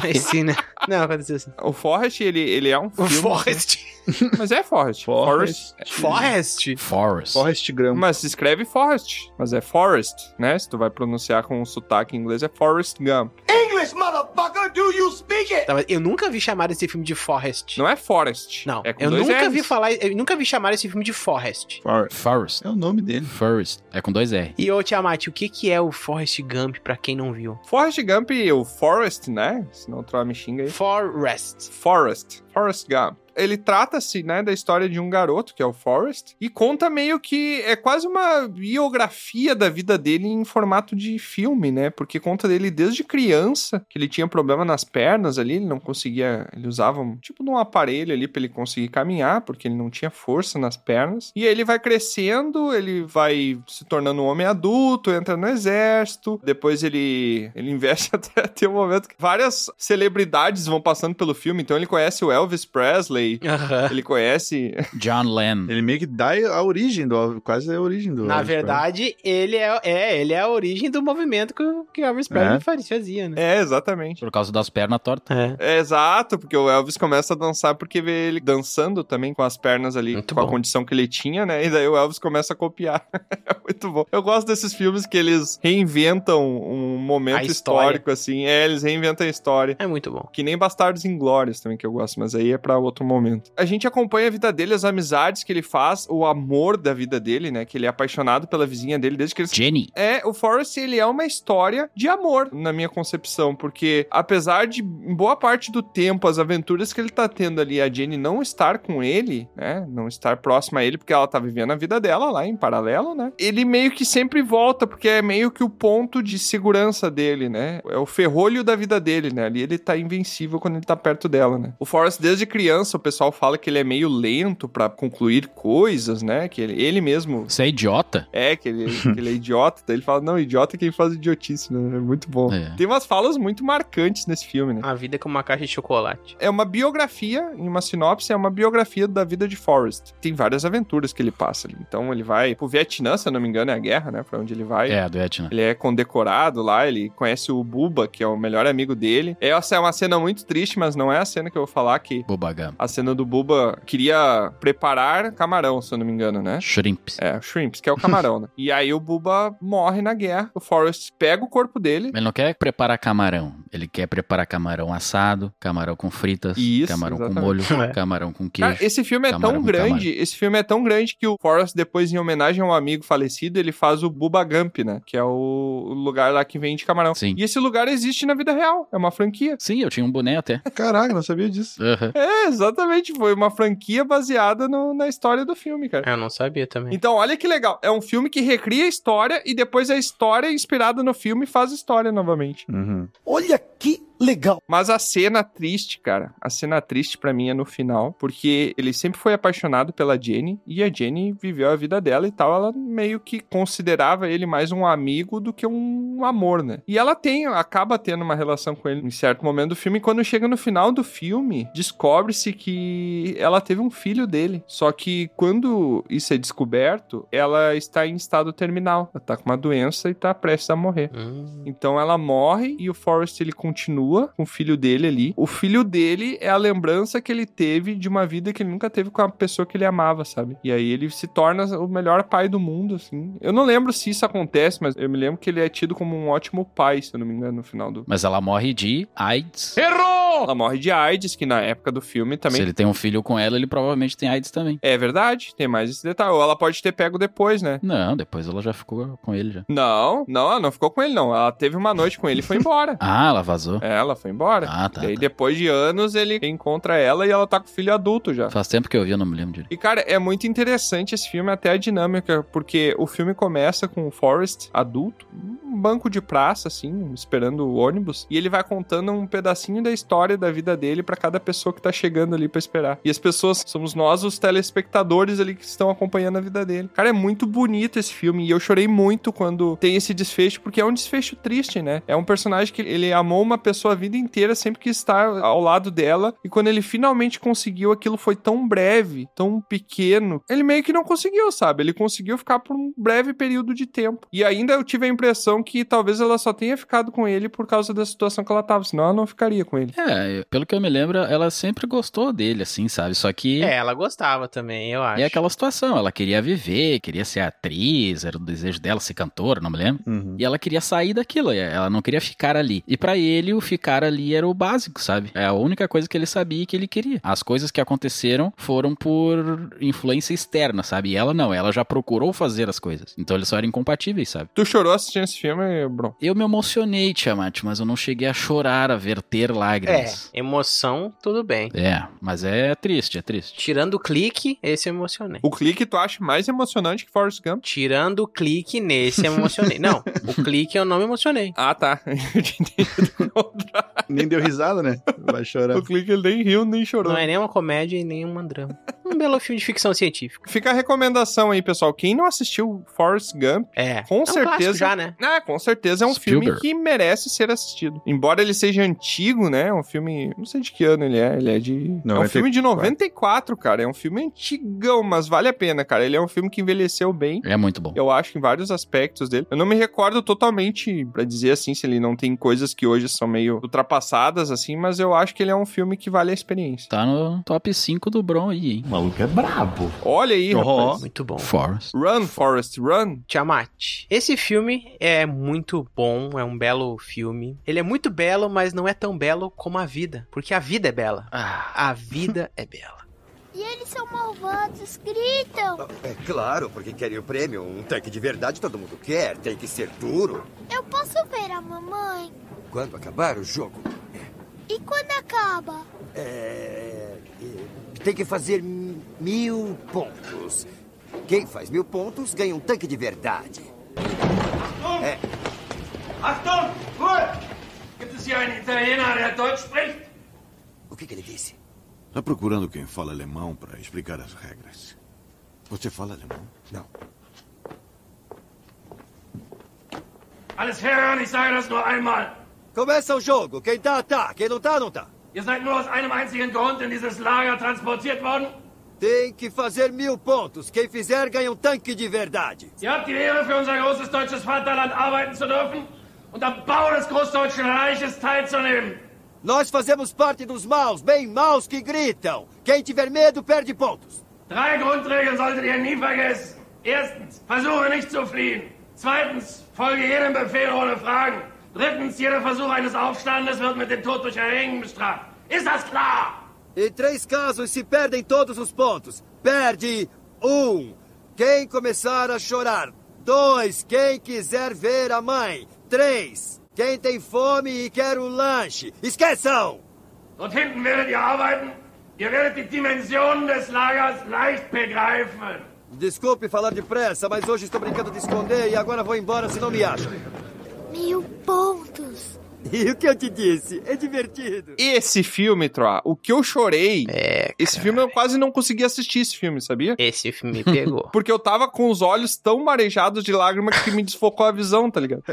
Mas sim, né? Não, aconteceu assim. O Forrest, ele, ele é um O filme. Forrest. (laughs) Mas é Forrest. Forrest. Forrest? Forrest. Forrest Gump. Mas se escreve Forrest. Mas é Forrest, né? Se tu vai pronunciar com um sotaque em inglês, é Forrest Gump. English, motherfucker, do you speak it? Tá, mas eu nunca vi chamar esse filme de Forrest. Não é Forrest. Não, é com eu dois nunca R's. vi falar, eu nunca vi chamar esse filme de Forrest. Forrest. Forrest. É o nome dele. Forrest. É com dois R. E ô Tiamat, o que que é o Forrest Gump pra quem não viu? Forrest Gump, o Forrest, né? Senão o Troll me xinga aí. Forrest. Forrest, Forrest Gump. Ele trata-se, né, da história de um garoto, que é o Forrest, e conta meio que é quase uma biografia da vida dele em formato de filme, né? Porque conta dele desde criança, que ele tinha problema nas pernas ali, ele não conseguia, ele usava um tipo de um aparelho ali pra ele conseguir caminhar, porque ele não tinha força nas pernas. E aí ele vai crescendo, ele vai se tornando um homem adulto, entra no exército, depois (laughs) ele ele investe até ter um momento que várias celebridades vão passando pelo filme, então ele conhece o Elvis Presley, ele conhece. John Lennon. Ele meio que dá a origem do. Quase a origem do. Na Elvis verdade, ele é, é, ele é a origem do movimento que, o- que o Elvis Presley É. faz- fazia, né? É, exatamente. Por causa das pernas tortas. É. É, exato, porque o Elvis começa a dançar porque vê ele dançando também com as pernas ali, com a condição que ele tinha, né? E daí o Elvis começa a copiar. (laughs) é muito bom. Eu gosto desses filmes que eles reinventam um A momento história. histórico, assim. É, eles reinventam a história. É muito bom. Que nem Bastardos Inglórios também, que eu gosto, mas aí é pra outro momento. A gente acompanha a vida dele, as amizades que ele faz, o amor da vida dele, né? Que ele é apaixonado pela vizinha dele desde que eles Jenny. é, o Forrest, ele é uma história de amor, na minha concepção, porque apesar de em boa parte do tempo as aventuras que ele tá tendo ali, a Jenny não estar com ele, né, não estar próxima a ele, porque ela tá vivendo a vida dela lá em paralelo, né, ele meio que sempre volta, porque é meio que o ponto de segurança dele, né, é o ferrolho da vida dele, né, ali ele tá invencível quando ele tá perto dela, né. O Forrest, desde criança, o pessoal fala que ele é meio lento pra concluir coisas, né, que ele, ele mesmo Você é idiota? é, que ele, que (laughs) ele é idiota. Daí ele fala, não, idiota é quem faz idiotice, né? É muito bom. Tem umas falas muito marcantes nesse filme, né? A vida é como uma caixa de chocolate. É uma biografia, em uma sinopse, é uma biografia da vida de Forrest. Tem várias aventuras que ele passa ali. Então ele vai pro Vietnã, se eu não me engano, é a guerra, né? Pra onde ele vai. É, do Etna. Ele é condecorado lá, ele conhece o Buba, que é o melhor amigo dele. Essa é uma cena muito triste, mas não é a cena que eu vou falar que Bobagam. a cena do Buba queria preparar camarão, se eu não me engano, né? Shrimps. É, o Shrimps, que é o camarão, né? E aí o Buba morre na guerra. O Forrest pega o corpo dele. Ele não quer preparar camarão. Ele quer preparar camarão assado, camarão com fritas, Isso, camarão com exatamente. molho, É. camarão com Cara, queijo. esse filme é camarão tão com grande, camarão. esse filme é tão grande que o Forrest, depois, em homenagem a um amigo falecido, ele faz o Buba Gump, né? Que é o o lugar lá que vende camarão. Sim. E esse lugar existe na vida real, é uma franquia. Sim, eu tinha um boné até. (laughs) Caraca, não sabia disso. Aham. É, exatamente, foi uma franquia baseada no- na história do filme, cara. É, Eu não sabia também. Então, olha que legal. É um filme que recria a história e depois a história é inspirada no filme faz história novamente. Uhum. Olha que legal. Mas a cena triste, cara, a cena triste pra mim é no final, porque ele sempre foi apaixonado pela Jenny e a Jenny viveu a vida dela e tal, ela meio que considerava ele mais um amigo do que um amor, né? E ela tem, acaba tendo uma relação com ele em certo momento do filme e quando chega no final do filme, descobre-se que ela teve um filho dele. Só que quando isso é descoberto, ela está em estado terminal, ela tá com uma doença e tá prestes a morrer. Ah. Então ela morre e o Forrest ele continua com o filho dele ali. O filho dele é a lembrança que ele teve de uma vida que ele nunca teve com a pessoa que ele amava, sabe? E aí ele se torna o melhor pai do mundo, assim. Eu não lembro se isso acontece, mas eu me lembro que ele é tido como um ótimo pai, se eu não me engano, no final do. Mas ela morre de AIDS. Errou! Ela morre de AIDS, que na época do filme também. Se ele tem um filho com ela, ele provavelmente tem AIDS também. É verdade, tem mais esse detalhe. Ou ela pode ter pego depois, né? Não, depois ela já ficou com ele já. Não, não, ela não ficou com ele, não. Ela teve uma noite com ele e foi embora. (laughs) Ah, ela vazou. É, Ela foi embora. Ah, tá. E aí, depois de anos, ele encontra ela e ela tá com o filho adulto já. Faz tempo que eu vi, eu não me lembro direito. E, cara, é muito interessante esse filme, até a dinâmica, porque o filme começa com o Forrest adulto, um banco de praça, assim, esperando o ônibus, e ele vai contando um pedacinho da história da vida dele pra cada pessoa que tá chegando ali pra esperar. E as pessoas somos nós, os telespectadores ali que estão acompanhando a vida dele. Cara, é muito bonito esse filme, e eu chorei muito quando tem esse desfecho, porque é um desfecho triste, né? É um personagem que ele amou uma pessoa a vida inteira, sempre que está ao lado dela, e quando ele finalmente conseguiu, aquilo foi tão breve, tão pequeno, ele meio que não conseguiu, sabe? Ele conseguiu ficar por um breve período de tempo. E ainda eu tive a impressão que talvez ela só tenha ficado com ele por causa da situação que ela tava, senão ela não ficaria com ele. É, eu- pelo que eu me lembro, ela sempre gostou dele, assim, sabe? Só que É, é, ela gostava também, eu acho. aquela situação. Ela queria viver, queria ser atriz, era o desejo dela ser cantora, não me lembro. Uhum. E ela queria sair daquilo, e ela não queria ficar ali. E pra ele, o ficar ali era o básico, sabe? É a única coisa que ele sabia e que ele queria. As coisas que aconteceram foram por influência externa, sabe? E ela não, ela já procurou fazer as coisas. Então eles só eram incompatíveis, sabe? Tu chorou assistindo esse filme, Bron? Eu me emocionei, Tiamat, mas eu não cheguei a chorar, a verter É, lágrimas. emoção, tudo bem. É, mas é triste, é triste. Tirando o clique, esse eu emocionei. O clique tu acha mais emocionante que Forrest Gump? Tirando o clique nesse, eu (laughs) emocionei. Não, o clique eu não me emocionei. Ah, tá. (laughs) Nem deu risada, né? Vai chorar. O clique ele nem riu, nem chorou. Não é nem uma comédia e nem um drama. Um belo filme de ficção científica. Fica a recomendação aí, pessoal. Quem não assistiu Forrest Gump, é, com um certeza. clássico já, né? É, com certeza é um filme Spielberg. que merece ser assistido. Embora ele seja antigo, né? É um filme. Não sei de que ano ele é. Ele é de. É um 94. filme de 94, cara. É um filme antigão, mas vale a pena, cara. Ele é um filme que envelheceu bem. É muito bom. Eu acho que em vários aspectos dele. Eu não me recordo totalmente, pra dizer assim, se ele não tem coisas que hoje são meio ultrapassadas, assim, mas eu acho que ele é um filme que vale a experiência. Tá no top 5 do Bron aí, hein? O maluco é brabo. Olha aí, Ó. rapaz. Muito bom. Forrest. Run, Forrest, run. Tiamat. Esse filme é muito bom, é um belo filme. Ele é muito belo, mas não é tão belo como a vida. Porque a vida é bela. Ah. A vida (laughs) é bela. E eles são malvados, gritam. É claro, porque querem o prêmio. Um tanque de verdade todo mundo quer. Tem que ser duro. Eu posso ver a mamãe? Quando acabar o jogo, E quando acaba? é, é, tem que fazer mi- mil pontos. Quem faz mil pontos ganha um tanque de verdade. É, Achtung, Ruhe! Gibt es hier einen Italiener, der Deutsch spricht? o que, que ele disse? Tá procurando quem fala alemão para explicar as regras. Você fala alemão? Não. Alles herren, ich sage das nur einmal. Começa o jogo. Quem tá, tá. Quem não tá, não tá. Ihr seid nur aus einem einzigen Grund in dieses Lager transportiert worden. Tem que fazer mil pontos. Quem fizer ganha um tanque de verdade. Ihr habt die Ehre, für unser großes deutsches Vaterland arbeiten zu dürfen und am Bau des Großdeutschen Reiches teilzunehmen. Nós fazemos parte dos maus, bem maus que gritam. Quem tiver medo perde pontos. Drei Grundregeln solltet ihr nie vergessen. Erstens, versuche nicht zu fliehen. Zweitens, folge jedem Befehl ohne Fragen. Drittens, jeder Versuch eines Aufstandes wird mit dem Tod durch Erhängen bestraft. Ist das klar? Em três casos se perdem todos os pontos. Perde um. Quem começar a chorar. Dois. Quem quiser ver a mãe. Três. Quem tem fome e quer um lanche. Esqueçam! Dort hinten werdet ihr arbeiten. Ihr werdet die Dimensionen des Lagers leicht begreifen. Desculpe falar depressa, mas hoje estou brincando de esconder e agora vou embora se não me acham. Mil pontos. (laughs) E o que eu te disse? É divertido. Esse filme, Troa, o que eu chorei. É. Esse filme eu quase não consegui assistir esse filme, sabia? Esse filme me (laughs) pegou. Porque eu tava com os olhos tão marejados de lágrima que me desfocou a visão, tá ligado?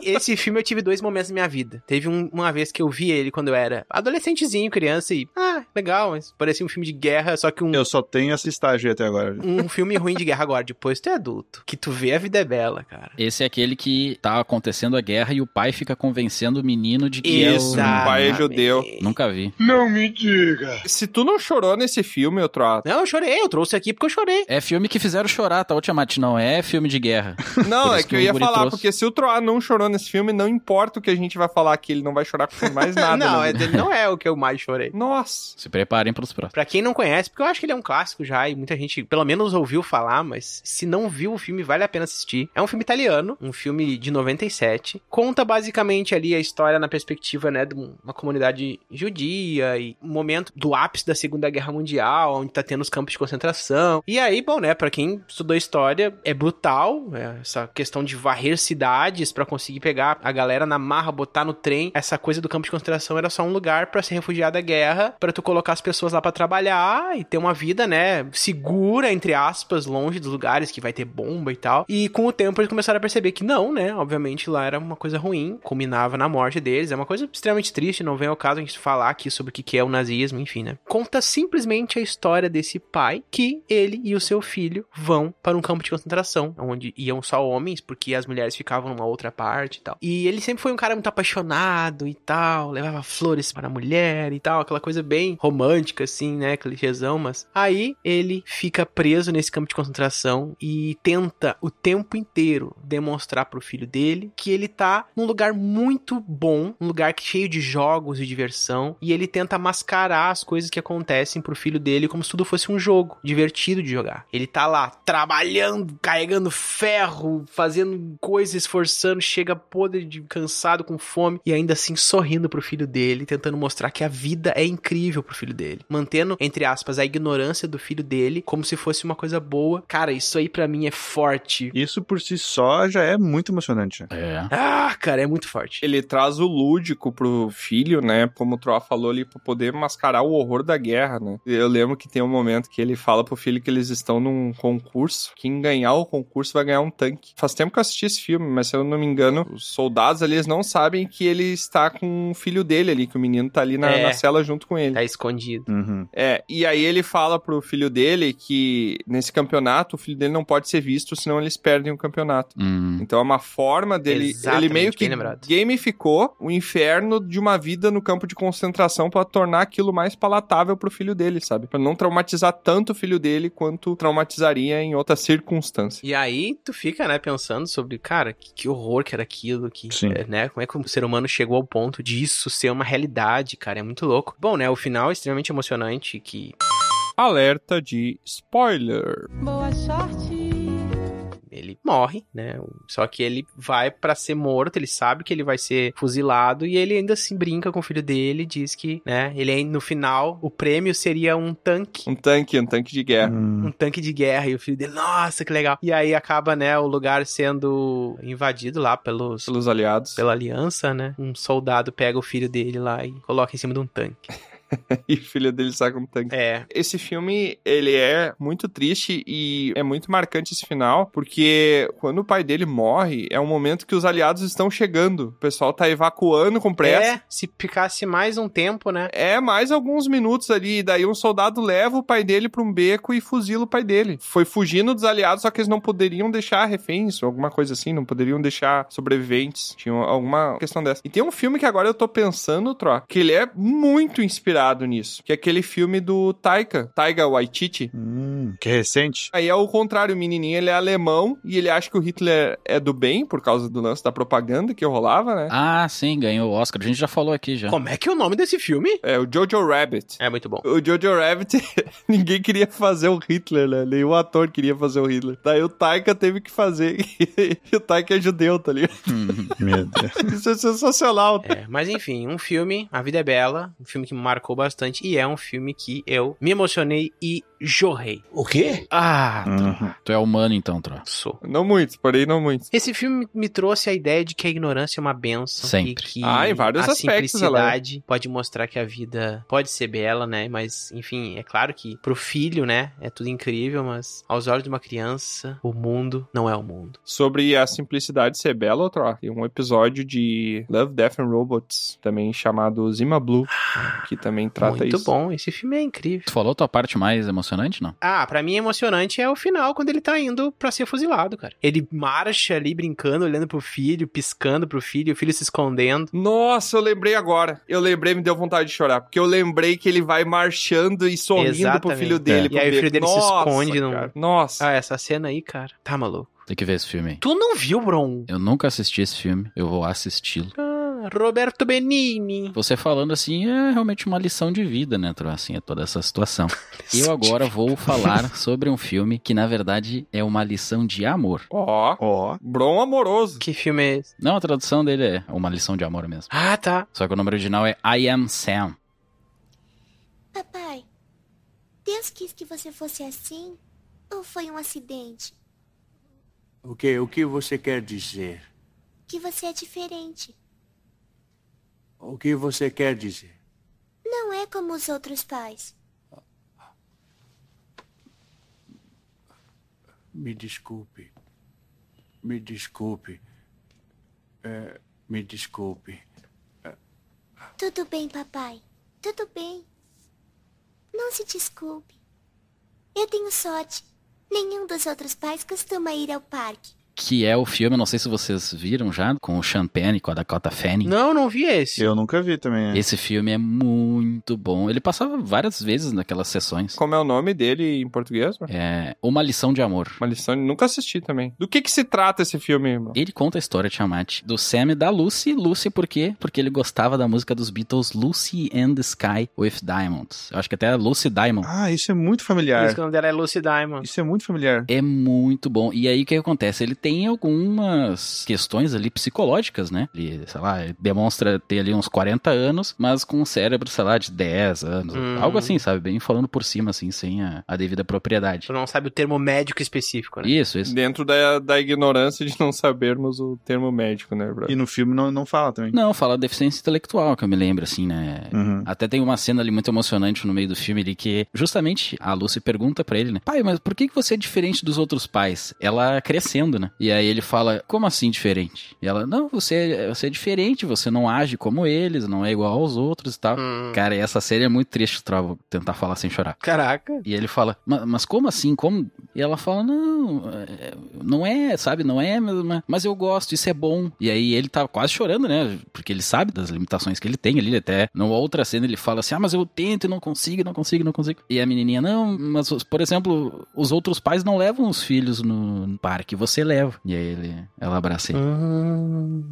Esse filme eu tive dois momentos na minha vida. Teve um- uma vez que eu vi ele quando eu era adolescentezinho, criança, e. Ah, legal, mas parecia um filme de guerra, só que um. Eu só tenho esse estágio aí até agora. Um filme ruim de guerra agora, depois tu é adulto. Que tu vê a vida é bela, cara. Esse é aquele que tá acontecendo a guerra e o pai fica convencendo o menino de que Isso, é o... O pai é judeu. Nunca vi. Não me diga. Se tu não chorou nesse filme, eu Troa. Não, eu chorei, eu trouxe aqui porque eu chorei. É filme que fizeram chorar, tá? Ultimate não é filme de guerra. Não, Por é isso que eu ia o guri falar, trouxe. porque se o Troá não chorou nesse filme, não importa o que a gente vai falar aqui, ele não vai chorar com (laughs) mais nada. não, né? é dele não é o que eu mais chorei. Nossa. (laughs) Se preparem pros próximos. Pra quem não conhece, porque eu acho que ele é um clássico já e muita gente pelo menos ouviu falar, mas se não viu o filme, vale a pena assistir. É um filme italiano, um filme de 97. Conta basicamente ali a história na perspectiva, né, de uma comunidade judia e um momento do ápice da Segunda Guerra Mundial, onde tá tendo os campos de concentração. E aí, bom, né, pra quem estudou história, é brutal é, essa questão de varrer cidades pra conseguir pegar a galera na marra, botar no trem. Essa coisa do campo de concentração era só um lugar pra se refugiar da guerra, pra tu colocar as pessoas lá pra trabalhar e ter uma vida, né, segura, entre aspas, longe dos lugares que vai ter bomba e tal. E com o tempo eles começaram a perceber que não, né, obviamente lá era uma coisa ruim, culminava na morte deles, é uma coisa extremamente triste, não vem ao caso a gente falar aqui sobre o que que é o nazismo, enfim, né. Conta simplesmente a história desse pai que ele e o seu filho vão para um campo de concentração, onde iam só homens, porque as mulheres ficavam numa outra parte e tal. E ele sempre foi um cara muito apaixonado e tal, levava flores para a mulher e tal, aquela coisa bem romântica, assim, né? Clichêzão, mas. Aí ele fica preso nesse campo de concentração e tenta o tempo inteiro demonstrar pro filho dele que ele tá num lugar muito bom, um lugar que- cheio de jogos e diversão, e ele tenta mascarar as coisas que acontecem pro filho dele como se tudo fosse um jogo divertido de jogar. Ele tá lá trabalhando, carregando ferro, fazendo coisas, esforçando, chega podre, de cansado, com fome e ainda assim sorrindo pro filho dele, tentando mostrar que a vida é incrível, pro filho dele, mantendo, entre aspas, a ignorância do filho dele como se fosse uma coisa boa. Cara, isso aí pra mim é forte. Isso por si só já é muito emocionante. É. Ah, cara, é muito forte. Ele traz o lúdico pro filho, né? Como o Troa falou ali, pra poder mascarar o horror da guerra, né? Eu lembro que tem um momento que ele fala pro filho que eles estão num concurso. Quem ganhar o concurso vai ganhar um tanque. Faz tempo que eu assisti esse filme, mas se eu não me engano, os soldados ali eles não sabem que ele está com o filho dele ali, que o menino tá ali na, É. na cela junto com ele. Tá escondido. É, e aí ele fala pro filho dele que nesse campeonato o filho dele não pode ser visto, senão eles perdem o campeonato. Então é uma forma dele. Exatamente, ele meio que bem lembrado. gamificou o inferno de uma vida no campo de concentração pra tornar aquilo mais palatável pro filho dele, sabe? Pra não traumatizar tanto o filho dele quanto traumatizaria em outra circunstância. E aí tu fica, né, pensando sobre, cara, que, que horror que era aquilo, que, é, né, como é que o ser humano chegou ao ponto disso ser uma realidade, cara, é muito louco. Bom, né, o final é extremamente emocionante, que Alerta de spoiler. Boa sorte. ele morre, né, só que ele vai pra ser morto, ele sabe que ele vai ser fuzilado e ele ainda assim brinca com o filho dele, diz que, né, ele ainda- no final, o prêmio seria um tanque Um tanque, um tanque de guerra. um tanque de guerra e o filho dele, nossa, que legal. E aí acaba, né, o lugar sendo invadido lá pelos pelos aliados, pela aliança, né? Um soldado pega o filho dele lá e coloca em cima de um tanque. (laughs) e o filho dele saca um tanque. É. Esse filme, ele é muito triste e é muito marcante esse final, porque quando o pai dele morre, é um momento que os aliados estão chegando. O pessoal tá evacuando com pressa. É, se ficasse mais um tempo, né? É. mais alguns minutos ali, e daí um soldado leva o pai dele pra um beco e fuzila o pai dele. Foi fugindo dos aliados, só que eles não poderiam deixar reféns ou alguma coisa assim, não poderiam deixar sobreviventes. Tinha alguma questão dessa. E tem um filme que agora eu tô pensando, Tro, que ele é muito inspirado nisso, que é aquele filme do Taika, Taika Waititi. Que é recente. Aí é o contrário, o menininho ele é alemão e ele acha que o Hitler é do bem por causa do lance da propaganda que rolava, né? Ah, sim, ganhou o Oscar. A gente já falou aqui já. Como é que é o nome desse filme? É o Jojo Rabbit. É muito bom. O Jojo Rabbit, (laughs) ninguém queria fazer o Hitler, né? Nenhum ator queria fazer o Hitler. Daí o Taika teve que fazer. (laughs) e o Taika é judeu, tá ligado? Hum, Meu Deus. (laughs) Isso é sensacional. É, mas enfim, um filme, A Vida é Bela, um filme que me marcou bastante e é um filme que eu me emocionei e jorrei. O quê? Ah, Uhum. Tu é humano então, Tro. Sou. Não muito, porém não muito. Esse filme me trouxe a ideia de que a ignorância é uma benção. Sempre. E que Ah, em vários a aspectos ela é. simplicidade pode mostrar que a vida pode ser bela, né? Mas, enfim, é claro que pro filho, né? É tudo incrível, mas aos olhos de uma criança, o mundo não é o mundo. Sobre a simplicidade ser bela, outro, ó, tem um episódio de Love, Death and Robots, também chamado Zima Blue, que também trata Muito isso. bom, esse filme é incrível. Tu falou tua parte mais emocionante, não? Ah, pra mim emocionante é o final, quando ele tá indo pra ser fuzilado, cara. Ele marcha ali brincando, olhando pro filho, piscando pro filho, o filho se escondendo. Nossa, eu lembrei agora. Eu lembrei, me deu vontade de chorar. Porque eu lembrei que ele vai marchando e sorrindo pro Exatamente. filho dele. É. pro E aí o beco. filho dele se Nossa, esconde num- cara. Nossa. Ah, essa cena aí, cara, tá maluco. Tem que ver esse filme aí. Tu não viu, Bron? Eu nunca assisti esse filme, eu vou assisti-lo. Ah, Roberto Benini. Você falando assim é realmente uma lição de vida, né, Tro? Assim, é toda essa (laughs) situação. Eu agora vou falar sobre um filme que, na verdade, é uma lição de amor. Ó, Ó. Bron amoroso. Que filme é esse? Não, a tradução dele é uma lição de amor mesmo. Ah, tá. Só que o nome original é I Am Sam. Papai, Deus quis que você fosse assim? Ou foi um acidente? O que, o que você quer dizer? Que você é diferente. O que você quer dizer? Não é como os outros pais. Me desculpe. Me desculpe. É, me desculpe. Tudo bem, papai. Tudo bem. Não se desculpe. Eu tenho sorte. Nenhum dos outros pais costuma ir ao parque. Que é o filme, não sei se vocês viram já, com o Sean Penn e com a Dakota Fanning. Não, não vi esse. Eu nunca vi também. Esse filme é muito bom. Ele passava várias vezes naquelas sessões. Como é o nome dele em português? Bron? É Uma Lição de Amor. Uma lição, nunca assisti também. Do que que se trata esse filme, Bron? Ele conta a história de Tiamat do Sam e da Lucy. Lucy por quê? Porque ele gostava da música dos Beatles Lucy and the Sky with Diamonds. Eu acho que até é Lucy Diamond. Ah, isso é muito Por familiar. isso que o nome dela é Lucy Diamond. Isso é muito familiar. É muito bom. E aí o que acontece? Ele tem algumas questões ali psicológicas, né? Ele, sei lá, demonstra ter ali uns 40 anos, mas com um cérebro, sei lá, de 10 anos. Hum. Algo assim, sabe? Bem falando por cima, assim, sem a, a devida propriedade. Tu não sabe o termo médico específico, né? Isso, isso. Dentro da, é da ignorância de não sabermos o termo médico, né, Brad? E no filme não, não fala também. Não, fala deficiência intelectual, que eu me lembro, assim, né? Até tem uma cena ali muito emocionante no meio do filme ali que justamente a Lucy pergunta pra ele, né? Pai, mas por que que você é diferente dos outros pais? Ela crescendo, né? E aí ele fala, como assim diferente? E ela, não, você é, você é diferente, você não age como eles, não é igual aos outros e tal. Cara, essa série é muito triste, Trovo, tentar falar sem chorar. Caraca. E ele fala, "Ma- mas como assim? Como? E ela fala, não, é, não é, sabe? Não é, mas- mas eu gosto, isso é bom. E aí ele tá quase chorando, né? Porque ele sabe das limitações que ele tem ali, ele até. Numa outra cena ele fala assim, ah, mas eu tento e não consigo, não consigo, não consigo. E a menininha, não, mas, os- por exemplo, os outros pais não levam os filhos no no parque, você leva. E aí ele, ela abraça ele.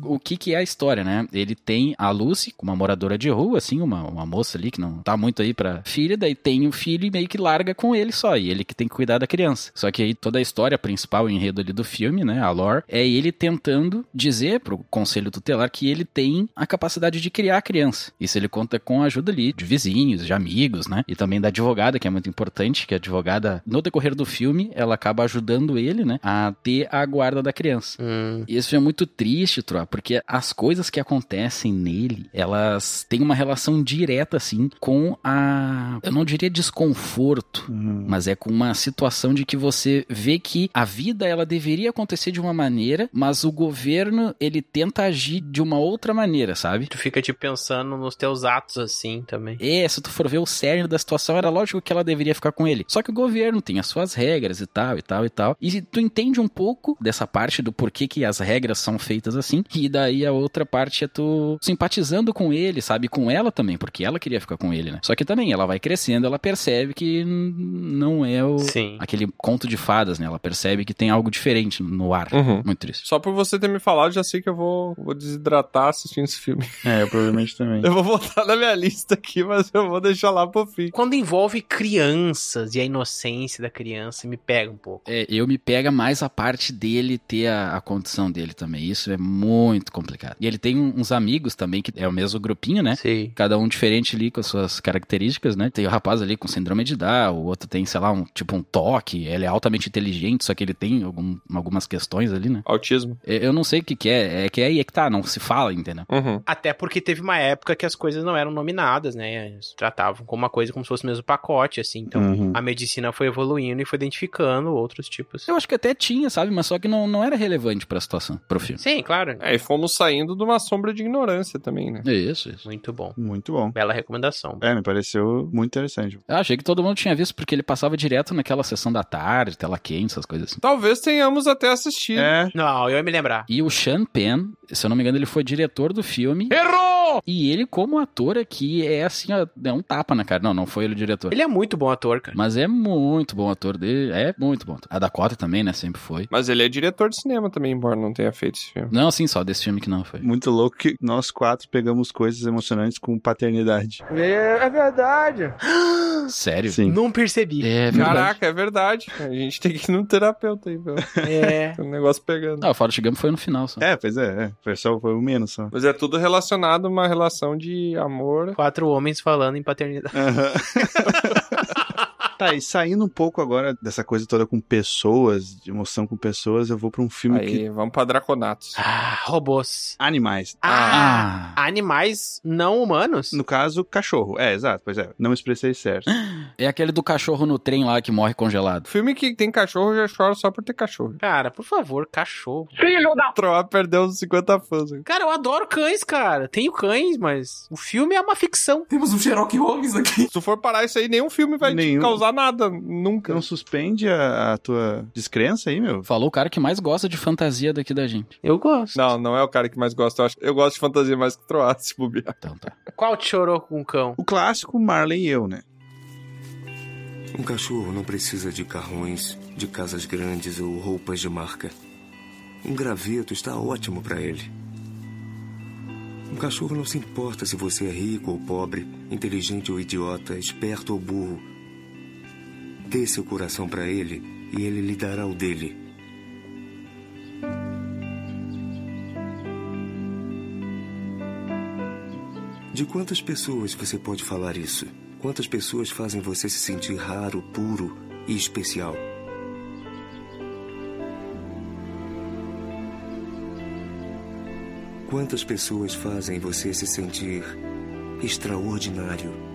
O que que é a história, né? Ele tem a Lucy, uma moradora de rua, assim, uma, uma moça ali que não tá muito aí pra filha, daí tem o filho e meio que larga com ele só, e ele que tem que cuidar da criança. Só que aí toda a história principal, o enredo ali do filme, né, a lore, é ele tentando dizer pro conselho tutelar que ele tem a capacidade de criar a criança. Isso ele conta com a ajuda ali de vizinhos, de amigos, né, e também da advogada, que é muito importante, que a advogada, no decorrer do filme, ela acaba ajudando ele, né, a ter a guarda da criança. E Isso é muito triste, Troa, porque as coisas que acontecem nele, elas têm uma relação direta, assim, com a. Eu não diria desconforto, mas é com uma situação de que você vê que a vida, ela deveria acontecer de uma maneira, mas o governo, ele tenta agir de uma outra maneira, sabe? Tu fica, tipo, pensando nos teus atos, assim, também. É, se tu for ver o cerne da situação, era lógico que ela deveria ficar com ele. Só que o governo tem as suas regras e tal, e tal, e tal. E tu entende um pouco dessa parte do porquê que as regras são feitas assim. E daí a outra parte é tu simpatizando com ele, sabe? Com ela também, porque ela queria ficar com ele, né? Só que também ela vai crescendo, ela percebe que hum, não é o aquele conto de fadas, né? Ela percebe que tem algo diferente no ar. Muito triste. Só por você ter me falado, já sei que eu vou, vou desidratar assistindo esse filme. (laughs) É, eu provavelmente também. (laughs) Eu vou botar na minha lista aqui, mas eu vou deixar lá pro fim. Quando envolve crianças e a inocência da criança, me pega um pouco. É, eu me pega mais a parte dele ter a, a condição dele também. Isso é muito complicado. E ele tem um- uns amigos também, que é o mesmo grupinho, né? Sim. Cada um diferente ali com as suas características, né? Tem o rapaz ali com síndrome de Down, o outro tem, sei lá, um tipo um toque. Ele é altamente inteligente, só que ele tem algum- algumas questões ali, né? Autismo. Eu não sei o que, que é. É que é aí que tá, não se fala, entendeu? Até porque teve uma época que as coisas não eram nominadas, né? Eles tratavam como uma coisa como se fosse o mesmo pacote, assim. Então, Uhum. a medicina foi evoluindo e foi identificando outros tipos. Eu acho que até tinha, sabe? Mas só que não, não era relevante pra situação, pro filme. Sim, claro. É, e fomos saindo de uma sombra de ignorância também, né? Isso, isso. Muito bom. Muito bom. Bela recomendação. É, me pareceu muito interessante. Eu achei que todo mundo tinha visto porque ele passava direto naquela sessão da tarde, tela quente, essas coisas assim. Talvez tenhamos até assistido. Não, eu ia me lembrar. E o Sean Penn, se eu não me engano, ele foi diretor do filme. Errou! E ele, como ator aqui, é assim, ó, é um tapa na cara. Não, não foi ele o diretor. Ele é muito bom ator, cara. Mas é muito bom ator dele. É muito bom. ator. A Dakota também, né? Sempre foi. Mas ele é diretor de cinema também, embora não tenha feito esse filme. Não, assim, só desse filme que não foi. Muito louco que nós quatro pegamos coisas emocionantes com paternidade. É, verdade. Sério? Sim. Não percebi. É Caraca, é verdade. A gente tem que ir num terapeuta aí, velho. É. Tem um negócio pegando. Ah, o Forrest Gump foi no final só. É, pois é. é. Foi só foi o menos só. (laughs) Mas é tudo relacionado a uma relação de amor. Quatro homens falando em paternidade. Tá, e saindo um pouco agora dessa coisa toda com pessoas, de emoção com pessoas, eu vou pra um filme Aí, que. vamos pra Draconatos. Ah, robôs. Animais. Ah, Animais não humanos? No caso, cachorro. É, exato, pois é. Não me expressei certo. É aquele do cachorro no trem lá que morre congelado. Filme que tem cachorro, eu já choro só por ter cachorro. Cara, por favor, cachorro. Filho da... Troa perdeu uns 50 fãs. hein? Cara, eu adoro cães, cara. Tenho cães, mas o filme é uma ficção. Temos um Sherlock Holmes aqui. (laughs) Se tu for parar isso aí, nenhum filme vai Nenhum. te causar nada. Nunca. Não suspende a, a tua descrença aí, meu? Falou o cara que mais gosta de fantasia daqui da gente. Eu gosto. Não, não é o cara que mais gosta. Eu, acho... eu gosto de fantasia mais que Troa, se bobear. Então tá. Qual te chorou com o cão? O clássico Marley e eu, né? Um cachorro não precisa de carrões, de casas grandes ou roupas de marca. Um graveto está ótimo para ele. Um cachorro não se importa se você é rico ou pobre, inteligente ou idiota, esperto ou burro. Dê seu coração para ele e ele lhe dará o dele. De quantas pessoas você pode falar isso? Quantas pessoas fazem você se sentir raro, puro e especial? Quantas pessoas fazem você se sentir extraordinário?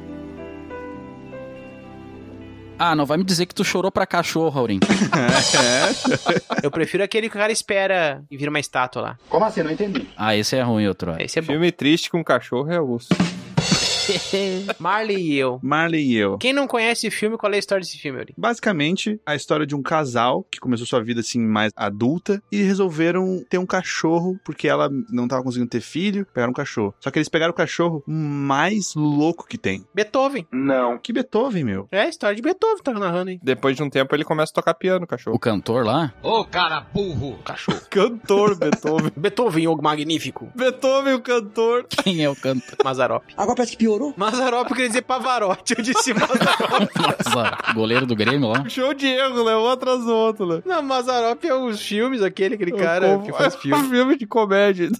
Ah, não vai me dizer que tu chorou pra cachorro, (laughs) Aurim. É. Eu prefiro aquele que o cara espera e vira uma estátua lá. Como assim? Não (laughs) entendi. Ah, esse é ruim, outro. Esse é bom. Filme triste com cachorro é osso. Marley e eu. Marley e eu. Quem não conhece o filme, qual é a história desse filme, Yuri? Basicamente, a história de um casal que começou sua vida assim mais adulta e resolveram ter um cachorro porque ela não tava conseguindo ter filho, pegaram um cachorro. Só que eles pegaram o cachorro mais louco que tem. Beethoven. Não. Que Beethoven, meu? É a história de Beethoven, tá narrando aí. Depois de um tempo ele começa a tocar piano, cachorro. O cantor lá? Ô, cara burro. Cachorro. (laughs) Cantor Beethoven. Beethoven, o magnífico. Beethoven, o cantor. Quem é o cantor? Mazarop. Agora parece que piorou. Mazarop, eu queria dizer Pavarotti. Eu disse Mazarop. Nossa, (laughs) goleiro do Grêmio (laughs) lá. Show de erro, né? Um atrás do outro, né? Não, Mazarop é os filmes, aquele, aquele cara Como- que faz filme. É um filme de comédia.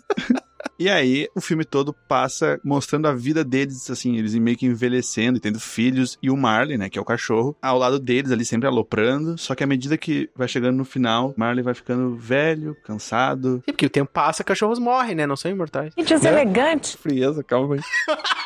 E aí, o filme todo passa mostrando a vida deles, assim, eles meio que envelhecendo e tendo filhos, e o Marley, né, que é o cachorro, ao lado deles ali sempre aloprando, só que à medida que vai chegando no final, Marley vai ficando velho, cansado. E porque o tempo passa, cachorros morrem, né? Não são imortais. Gente, isso é elegante. Frieza, calma aí.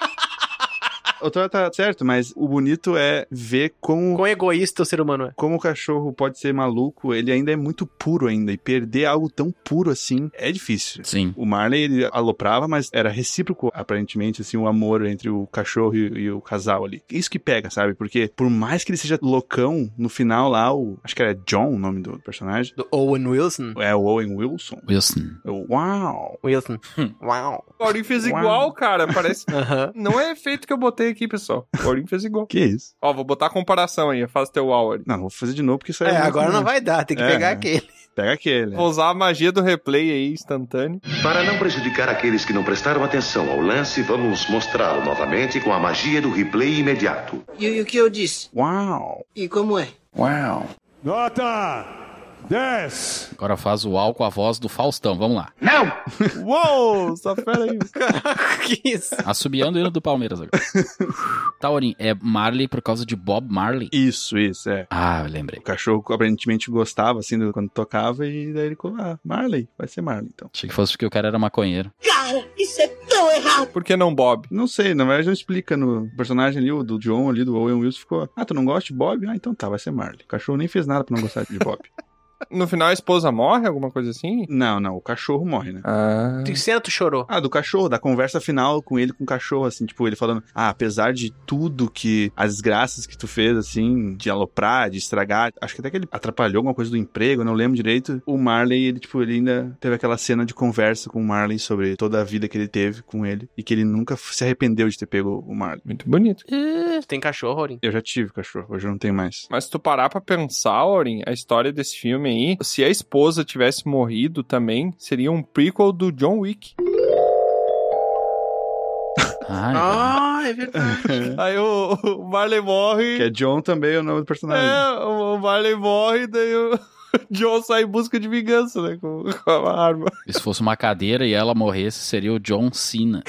(laughs) O Thor tá certo, mas o bonito é ver como... Quão egoísta o ser humano é. Como o cachorro pode ser maluco, ele ainda é muito puro ainda, e perder algo tão puro assim é difícil. Sim. O Marley, ele aloprava, mas era recíproco, aparentemente, assim, o amor entre o cachorro e, e o casal ali. Isso que pega, sabe? Porque por mais que ele seja loucão, no final lá, o... Acho que era John o nome do personagem. Do Owen Wilson. É o Owen Wilson. Wilson. Hum. Eu, Uau! Wilson. Uau. O Aurim fez Uau. igual, cara. Parece. (laughs) Aham. Não é efeito que eu botei aqui, pessoal. O Aurim fez igual. Que isso? Ó, vou botar a comparação aí. Faz teu uau ali. Não, vou fazer de novo, porque isso aí É, muito agora não ruim. vai dar, tem que É, pegar né? aquele. Pega aquele. Vou usar a magia do replay aí, instantâneo. Para não prejudicar aqueles que não prestaram atenção ao lance, vamos mostrá-lo novamente com a magia do replay imediato. E, o que eu disse? Uau! E como é? Uau! Nota 10. Agora faz o álcool com a voz do Faustão, vamos lá. Não! (laughs) Uou! Só fera aí. que isso? (laughs) Assobiando o hino do Palmeiras (laughs) agora. Taurin, é Marley por causa de Bob Marley? Isso, isso, é. Ah, eu lembrei. O cachorro aparentemente gostava, assim, do- quando tocava, e daí ele falou, ah, Marley, vai ser Marley, então. Achei que fosse porque o cara era maconheiro. Cara, isso é tão errado. Por que não Bob? Não sei, na verdade não explica no personagem ali, o do John ali, do Owen Wilson, ficou, ah, tu não gosta de Bob? Ah, então tá, vai ser Marley. O cachorro nem fez nada pra não gostar de (laughs) Bob. No final a esposa morre, alguma coisa assim? não, não, o cachorro morre, né? Ah. Tu cena, tu chorou. Ah, do cachorro, da conversa final com ele com o cachorro, assim, tipo, ele falando, ah, apesar de tudo que, as desgraças que tu fez, assim, de aloprar, de estragar, acho que até que ele atrapalhou alguma coisa do emprego, eu não lembro direito, o Marley, ele, tipo, ele ainda teve aquela cena de conversa com o Marley sobre toda a vida que ele teve com ele, e que ele nunca f- se arrependeu de ter pego o Marley. Muito bonito. Tu tem cachorro, Aurim. Eu já tive cachorro, hoje eu não tenho mais. Mas se tu parar pra pensar, Aurim, a história desse filme aí, se a esposa tivesse morrido também, seria um prequel do John Wick. Ai, velho. (laughs) Ah, é verdade. Aí o, o Marley morre. Que (laughs) é John também, é o nome do personagem. É, o o Marley morre, daí o (laughs) John sai em busca de vingança, né? Com, (laughs) com a arma. E se fosse uma cadeira e ela morresse, seria o John Cena.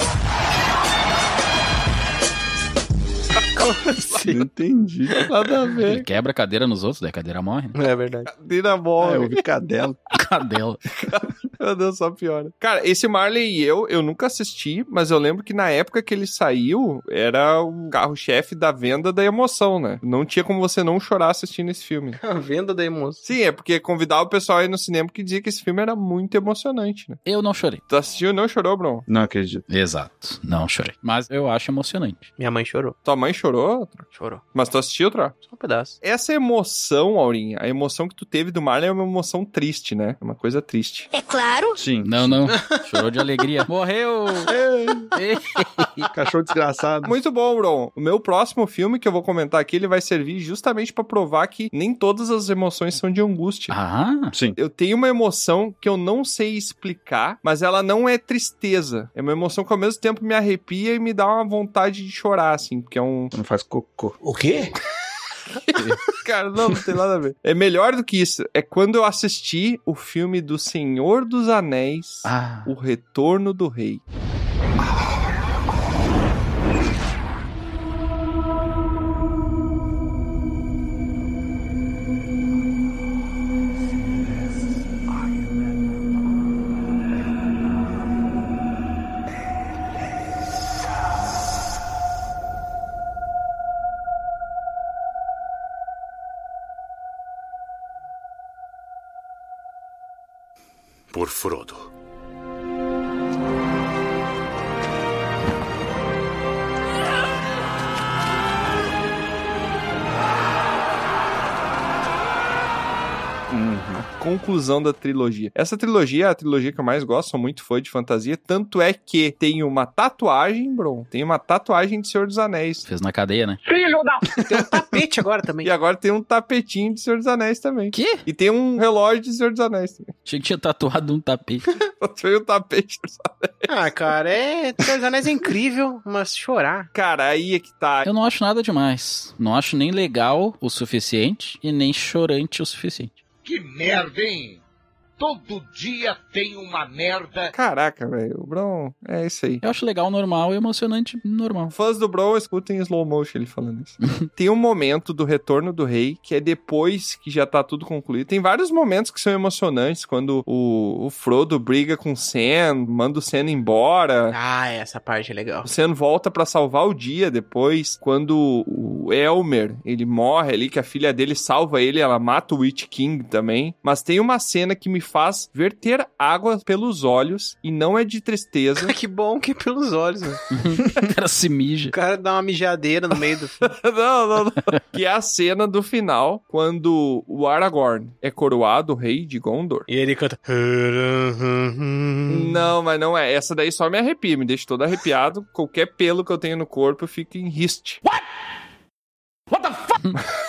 assim? Não entendi. Nada a Ele ver. quebra a cadeira nos outros, daí a cadeira morre. né? É verdade. Dina Ah, morre. eu vi cadela. (laughs) Cadela. É, (laughs) Meu Deus, só piora. Cara, esse Marley e eu, eu nunca assisti, mas eu lembro que na época que ele saiu, era o carro-chefe da venda da emoção, né? Não tinha como você não chorar assistindo esse filme. (laughs) A venda da emoção. Sim, é porque convidava o pessoal aí no cinema que dizia que esse filme era muito emocionante, né? Eu não chorei. Tu assistiu e não chorou, Bruno? Não acredito. Exato. Não chorei. Mas eu acho emocionante. Minha mãe chorou. Tua mãe chorou? Chorou. Mas tu assistiu, Tro? Só um pedaço. Essa emoção, Aurinha, a emoção que tu teve do Marley é uma emoção triste, né? É uma coisa triste. É claro. Sim. Não, não. (laughs) Chorou de alegria. Morreu! (laughs) Cachorro desgraçado. Muito bom, Bron. O meu próximo filme que eu vou comentar aqui, ele vai servir justamente pra provar que nem todas as emoções são de angústia. Ah, Sim. Eu tenho uma emoção que eu não sei explicar, mas ela não é tristeza. É uma emoção que ao mesmo tempo me arrepia e me dá uma vontade de chorar, assim, porque é um. Não faz cocô. O quê? (laughs) Cara, não, não tem nada a ver. É melhor do que isso. É quando eu assisti o filme do Senhor dos Anéis, ah. O Retorno do Rei. por Frodo. Uhum. conclusão da trilogia. Essa trilogia é a trilogia que eu mais gosto, sou muito fã de fantasia, tanto é que tem uma tatuagem, Bron, tem uma tatuagem de Senhor dos Anéis. Fez na cadeia, né? Filho da... Tem um tapete agora também. E agora tem um tapetinho de Senhor dos Anéis também. Que? E tem um relógio de Senhor dos Anéis (laughs) também. Achei que tinha tatuado um tapete. Tatuei um tapete de Senhor dos Anéis. Ah, cara, é... Senhor dos Anéis é incrível, mas chorar. Cara, aí é que tá. Eu não acho nada demais. Não acho nem legal o suficiente e nem chorante o suficiente. Que merda, hein? Todo dia tem uma merda. Caraca, velho. O Bron é isso aí. Eu acho legal, normal e emocionante, normal. Fãs do Bron escutem slow motion ele falando isso. (laughs) tem um momento do Retorno do Rei, que é depois que já tá tudo concluído. Tem vários momentos que são emocionantes, quando o, o Frodo briga com o Sam, manda o Sam embora. Ah, essa parte é legal. O Sam volta para salvar o dia depois, quando o Elmer, ele morre ali, que a filha dele salva ele, ela mata o Witch King também. Mas tem uma cena que me faz verter água pelos olhos e não é de tristeza. (laughs) que bom que é pelos olhos, né? o cara se mija. O cara dá uma mijadeira no meio do (laughs) não, não, não. Que é a cena do final, quando o Aragorn é coroado rei de Gondor. E ele canta... "Hum, Não, mas não é. Essa daí só me arrepia, me deixa todo arrepiado. Qualquer pelo que eu tenho no corpo fica em riste. What? What the (laughs) fuck?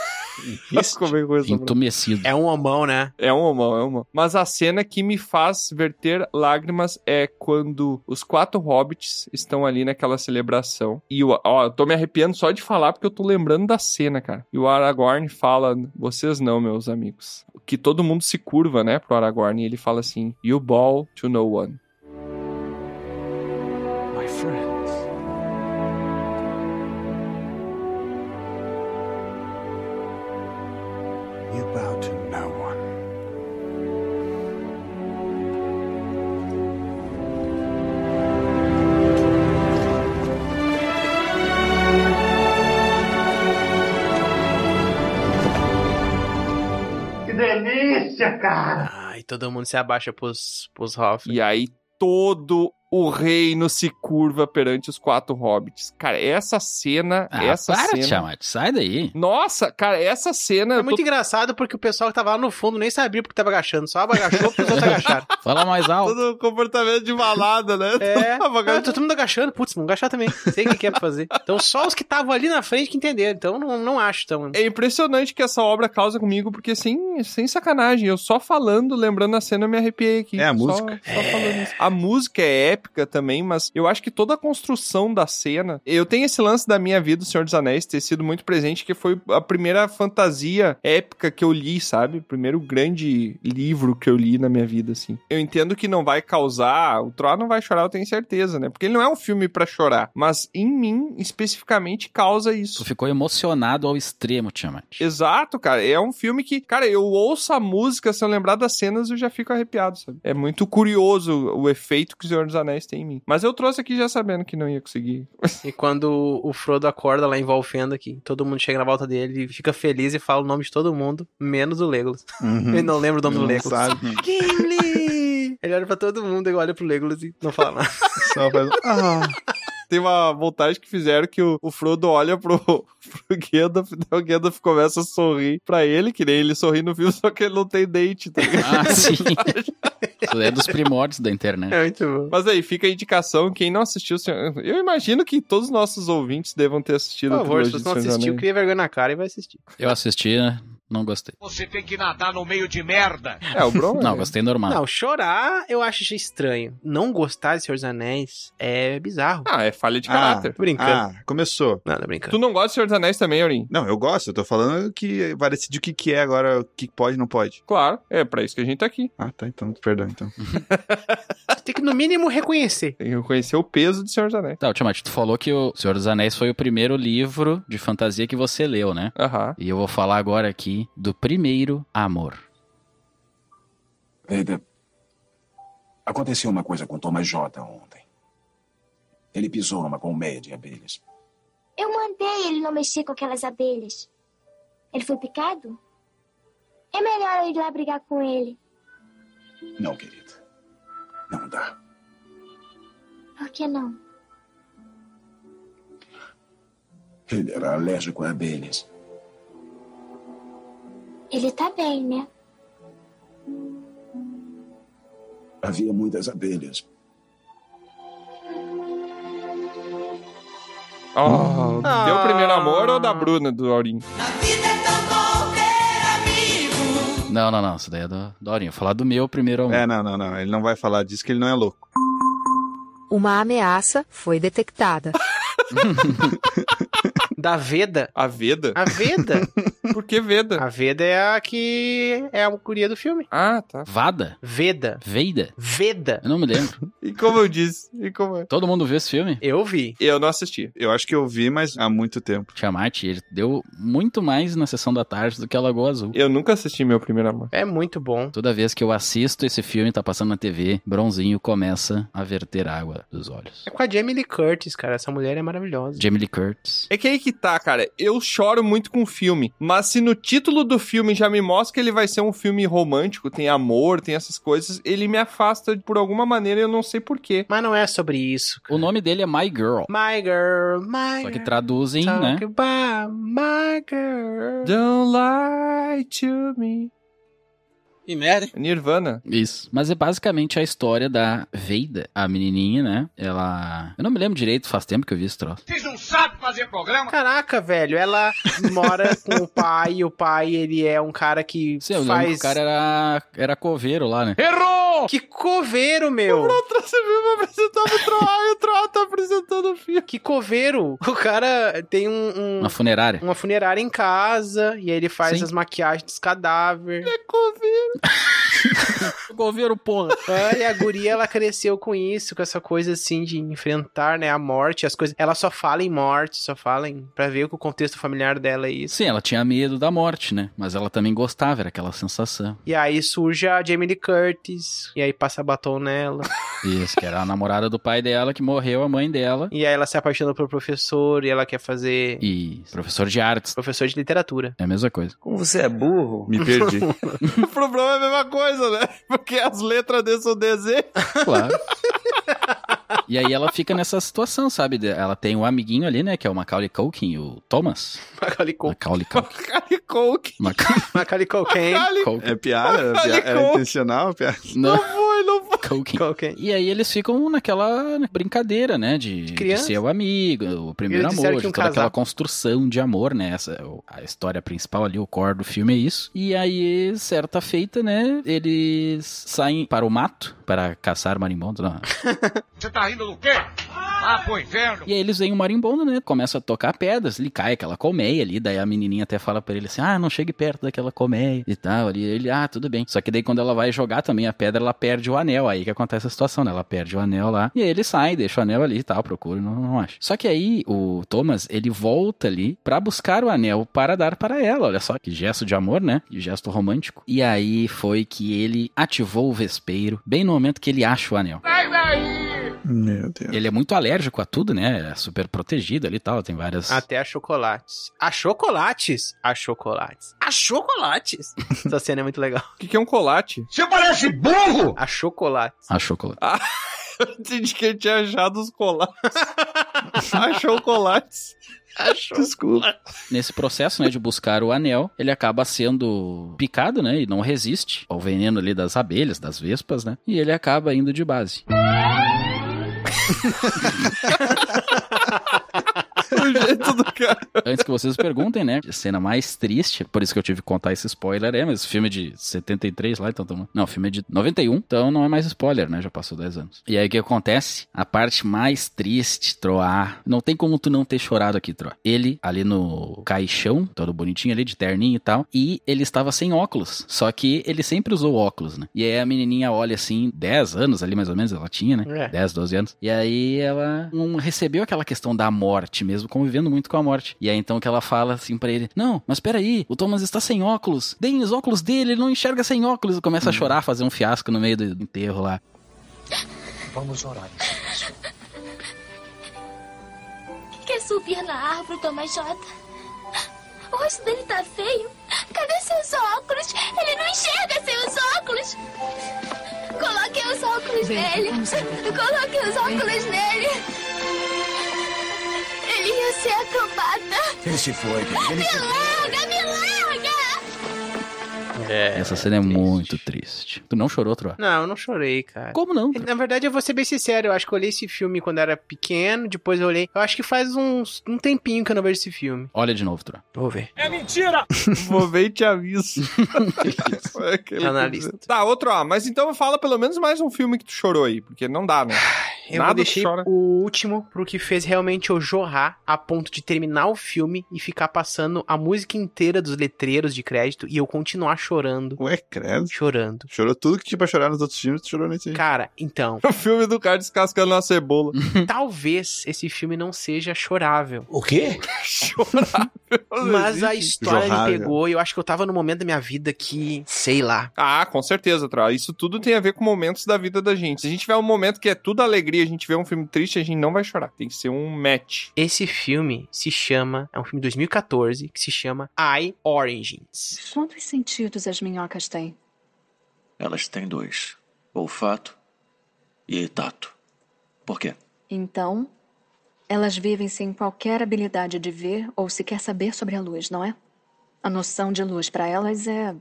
Isso comigo coisa. Entumecido. É um homão, né? É um homão, é um homão. Mas a cena que me faz verter lágrimas é quando os quatro hobbits estão ali naquela celebração. E o, ó, eu tô me arrepiando só de falar porque eu tô lembrando da cena, cara. E o Aragorn fala: Vocês não, meus amigos. Que todo mundo se curva, né, pro Aragorn. E ele fala assim: You ball to no one. My friend. cara. Ah, e todo mundo se abaixa pros, pros Hoffman. E aí todo o reino se curva perante os quatro hobbits. Cara, essa cena, ah, essa para, cena. Tiamat, sai daí. Nossa, cara, essa cena. É muito tô... engraçado porque o pessoal que tava lá no fundo nem sabia porque tava agachando, só agachou porque os outros agacharam. (laughs) Fala mais alto. Todo comportamento de balada, né? É. Não, todo mundo agachando, putz, vamos agachar também. Sei o que, que é pra fazer. Então só os que estavam ali na frente que entenderam, então não, não acho tão. É impressionante que essa obra causa comigo porque sem, sem sacanagem, eu só falando, lembrando a cena, eu me arrepiei aqui. É a só, música. Só é. A música é épica também, mas eu acho que toda a construção da cena. Eu tenho esse lance da minha vida, O Senhor dos Anéis, ter sido muito presente, que foi a primeira fantasia épica que eu li, sabe? Primeiro grande livro que eu li na minha vida, assim. Eu entendo que não vai causar. O Troá não vai chorar, eu tenho certeza, né? Porque ele não é um filme para chorar. Mas em mim, especificamente, causa isso. Tu ficou emocionado ao extremo, Tiamat. Exato, cara. É um filme que, cara, eu ouço a música, se eu lembrar das cenas, eu já fico arrepiado, sabe? É muito curioso o efeito que O Senhor dos Anéis tem em mim. Mas eu trouxe aqui já sabendo que não ia conseguir. (laughs) E quando o Frodo acorda lá em Valfenda, que todo mundo chega na volta dele e fica feliz e fala o nome de todo mundo, menos o Legolas. Uhum. (laughs) Ele não lembra o nome não do Legolas. (laughs) Sabe. (laughs) Gimli! Ele olha pra todo mundo e olha pro Legolas e não fala nada. (laughs) Só faz... ah. Tem uma montagem que fizeram que o, o Frodo olha pro, (laughs) pro Gandalf, o Gandalf começa a sorrir pra ele, que nem ele sorri no filme, (laughs) só que ele não tem dente. Tá (laughs) ah, sim. é dos primórdios da internet. É muito bom. Mas aí, fica a indicação, quem não assistiu, eu imagino que todos os nossos ouvintes devam ter assistido. Por favor, se você não assistiu, cria vergonha na cara e vai assistir. Eu assisti, né? Não gostei. Você tem que nadar no meio de merda. É, o (laughs) Bron. não, gostei normal. Não, chorar eu acho estranho. Não gostar de Senhor dos Anéis é bizarro. Ah, é falha de caráter. Ah, brincando. Ah, começou. Não, não brincando. Tu não é gosta de Senhor dos Anéis também, Aurim? Não, eu gosto. Eu tô falando que vai decidir o que, que é agora, o que pode e não pode. Claro, é pra isso que a gente tá aqui. Ah, tá. Então, perdão, então. tem que, no mínimo, reconhecer. Tem que reconhecer o peso de Senhor dos Anéis. Tá, Tiamat, tu falou que o Senhor dos Anéis foi o primeiro livro de fantasia que você leu, né? Aham. Uh -huh. E eu vou falar agora aqui do primeiro amor. Ada, aconteceu uma coisa com Thomas J ontem. Ele pisou numa colmeia de abelhas. Eu mandei ele não mexer com aquelas abelhas. Ele foi picado? É melhor eu ir lá brigar com ele. Não, querida. Não dá. Por que não? Ele era alérgico a abelhas. Ele tá bem, né? Havia muitas abelhas. Oh, Ah. Deu o primeiro amor ou da Bruna, do Aurinho? Não, não, não. Isso daí é do Dorinho. Vou falar do meu primeiro amor. É, não, não, não. Ele não vai falar disso que ele não (laughs) é louco. Uma ameaça foi detectada. Da Veda. A Veda? A Veda? (laughs) Por que Veda? A Veda é a que é a curia do filme. Ah, tá. (laughs) Vada? Veda. Veida? Veda. Eu não me lembro. (laughs) E como eu disse? E como é? Todo mundo viu esse filme? Eu vi. Eu não assisti. Eu acho que eu vi, mas há muito tempo. Tiamat, ele deu muito mais na sessão da tarde do que a Lagoa Azul. Eu nunca assisti meu primeiro amor. É muito bom. Toda vez que eu assisto esse filme, tá passando na TV, Bronzinho começa a verter água dos olhos. É com a Jamie Lee Curtis, cara. Essa mulher é maravilhosa. Jamie Lee Curtis. É que aí que tá, cara. Eu choro muito com o filme, mas se no título do filme já me mostra que ele vai ser um filme romântico, tem amor, tem essas coisas, ele me afasta por alguma maneira e eu não sei porquê. Mas não é sobre isso. O nome dele é My Girl. My girl, my Só que girl, traduzem, né? talk about my girl. Don't lie to (laughs) me. Que merda. Nirvana. Isso. Mas é basicamente a história da Veida, a menininha, né? Ela. Eu não me lembro direito, faz tempo que eu vi esse troço. Vocês não sabem fazer programa? Caraca, velho, ela mora com o pai, e o pai, ele é um cara que Sim, eu lembro que faz... o cara era, era coveiro lá, né? Errou! Que coveiro, meu! Você viu me apresentando o Troá e o Troá tá apresentando o filme. Que coveiro! O cara tem um, um- Uma funerária. uma funerária em casa, e aí ele faz Sim. as maquiagens dos cadáveres. é (laughs) coveiro, porra. Ah, e a guria, ela cresceu com isso, com essa coisa assim de enfrentar, né, a morte, as coisas... Ela só fala em morte, só fala em... Pra ver que o contexto familiar dela é isso. Sim, ela tinha medo da morte, né? Mas ela também gostava, era aquela sensação. E aí surge a Jamie Lee Curtis, e aí passa batom nela. Isso, que era a namorada do pai dela que morreu, a mãe dela. E aí ela se apaixona pelo professor e ela quer fazer E professor de artes. professor de literatura. É a mesma coisa. Como você é burro. Me (laughs) perdi. O problema é a mesma coisa, né? (laughs) Porque as letras desse são (laughs) desenho. Claro. E aí ela fica nessa situação, sabe? De- Ela tem um amiguinho ali, né? Que é o Macaulay Culkin, o Thomas. Macaulay Culkin. Macaulay Culkin. Macaulay Culkin. Macaulay (laughs) Macaulay Culkin. Culkin. É piada? É piada? Era Nicole. intencional (laughs) a piada? Não, Foi, não foi. Culkin. Culkin. E aí eles ficam naquela brincadeira, né? De, de Criança. ser o amigo, o primeiro Eles disseram amor, de que um toda aquela casal- construção de amor, né? Essa, é o- a história principal ali, o core do filme é isso. E aí, certa feita, né? Eles saem para o mato para caçar marimbondo. né? Não. Você tá rindo do quê? Ah, pro inferno! E aí eles veem o marimbondo, né? Começa a tocar pedras, ele cai aquela colmeia ali, daí a menininha até fala pra ele assim: "Ah, não chegue perto daquela colmeia" e tal. Ali ele: "Ah, tudo bem". Só que daí quando ela vai jogar também a pedra, ela perde o anel, aí que acontece a situação, né? Ela perde o anel lá. E aí ele sai, deixa o anel ali e tal, procura, não, não acha. Só que aí o Thomas, ele volta ali pra buscar o anel para dar para ela. Olha só que gesto de amor, né? Que gesto romântico. E aí foi que ele ativou o vespeiro bem no momento que ele acha o anel. Sai daí! Meu Deus. Ele é muito alérgico a tudo, né? É super protegido ali e tal, tem várias. Até a chocolates. A chocolates? A chocolates. A chocolates? (laughs) Essa cena é muito legal. O que, que é um colate? Você parece burro! A chocolates. A chocolate. Eu entendi que ele tinha achado os colates. (laughs) Achou colates. A cho- Desculpa. Nesse processo, né, de buscar o anel, ele acaba sendo picado, né, e não resiste ao veneno ali das abelhas, das vespas, né, e ele acaba indo de base. O jeito do cara. Antes que vocês perguntem, né, a cena mais triste, por isso que eu tive que contar esse spoiler, é, mas o filme é de 73 lá, então... tamo- Não, o filme é de 91, então não é mais spoiler, né, já passou 10 anos. E aí o que acontece? A parte mais triste, Troar, não tem como tu não ter chorado aqui, Troar. Ele, ali no caixão, todo bonitinho ali, de terninho e tal, e ele estava sem óculos, só que ele sempre usou óculos, né, e aí a menininha olha assim, 10 anos ali mais ou menos, ela tinha, né, É. 10, 12 anos. E aí ela não recebeu aquela questão da morte mesmo, convivendo muito com a morte. E aí então que ela fala assim pra ele: Não, mas peraí, o Thomas está sem óculos. Deem os óculos dele, ele não enxerga sem óculos. E começa Hum. a chorar, fazer um fiasco no meio do enterro lá. Vamos orar. Quer subir na árvore, Thomas Jota? O rosto dele tá feio. Cadê seus óculos? Ele não enxerga seus óculos. Coloquem os óculos nele. Coloquem os óculos nele. Ele ia ser acrobata. Ele se foi, querido. Ele Me se larga, me larga! Essa cena é muito triste. Tu não chorou, Troa? Não, eu não chorei, cara. Como não? Na verdade, eu vou ser bem sincero. Eu acho que eu olhei esse filme quando era pequeno, depois eu olhei. Eu acho que faz uns, um tempinho que eu não vejo esse filme. Olha de novo, Troa. Vou ver. É mentira! Vou ver e te (laughs) aviso. Foi é aquele Analista. que- Tá, outro A. Mas então fala pelo menos mais um filme que tu chorou aí, porque não dá, né? Eu Nada tu vou deixei chora. o último pro que fez realmente eu jorrar a ponto de terminar o filme e ficar passando a música inteira dos letreiros de crédito e eu continuar chorando. Ué, credo. Chorando. Chorou tudo que tinha pra chorar nos outros filmes, tu chorou nesse aí. Cara, (laughs) então, O filme do cara descascando uma cebola. (laughs) talvez esse filme não seja (laughs) chorável. O quê? Chorar. Mas a história Jorrável. me pegou e eu acho que eu tava no momento da minha vida que, sei lá. Ah, com certeza, Tra. Isso tudo tem a ver com momentos da vida da gente. Se a gente tiver um momento que é tudo alegria, a gente vê um filme triste, a gente não vai chorar. Tem que ser um match. Esse filme se chama, é um filme de 2014, que se chama I, Origins. Quantos sentidos as minhocas têm? Elas têm dois: olfato e tato. Por quê? Então, elas vivem sem qualquer habilidade de ver ou sequer saber sobre a luz, não é? A noção de luz para elas é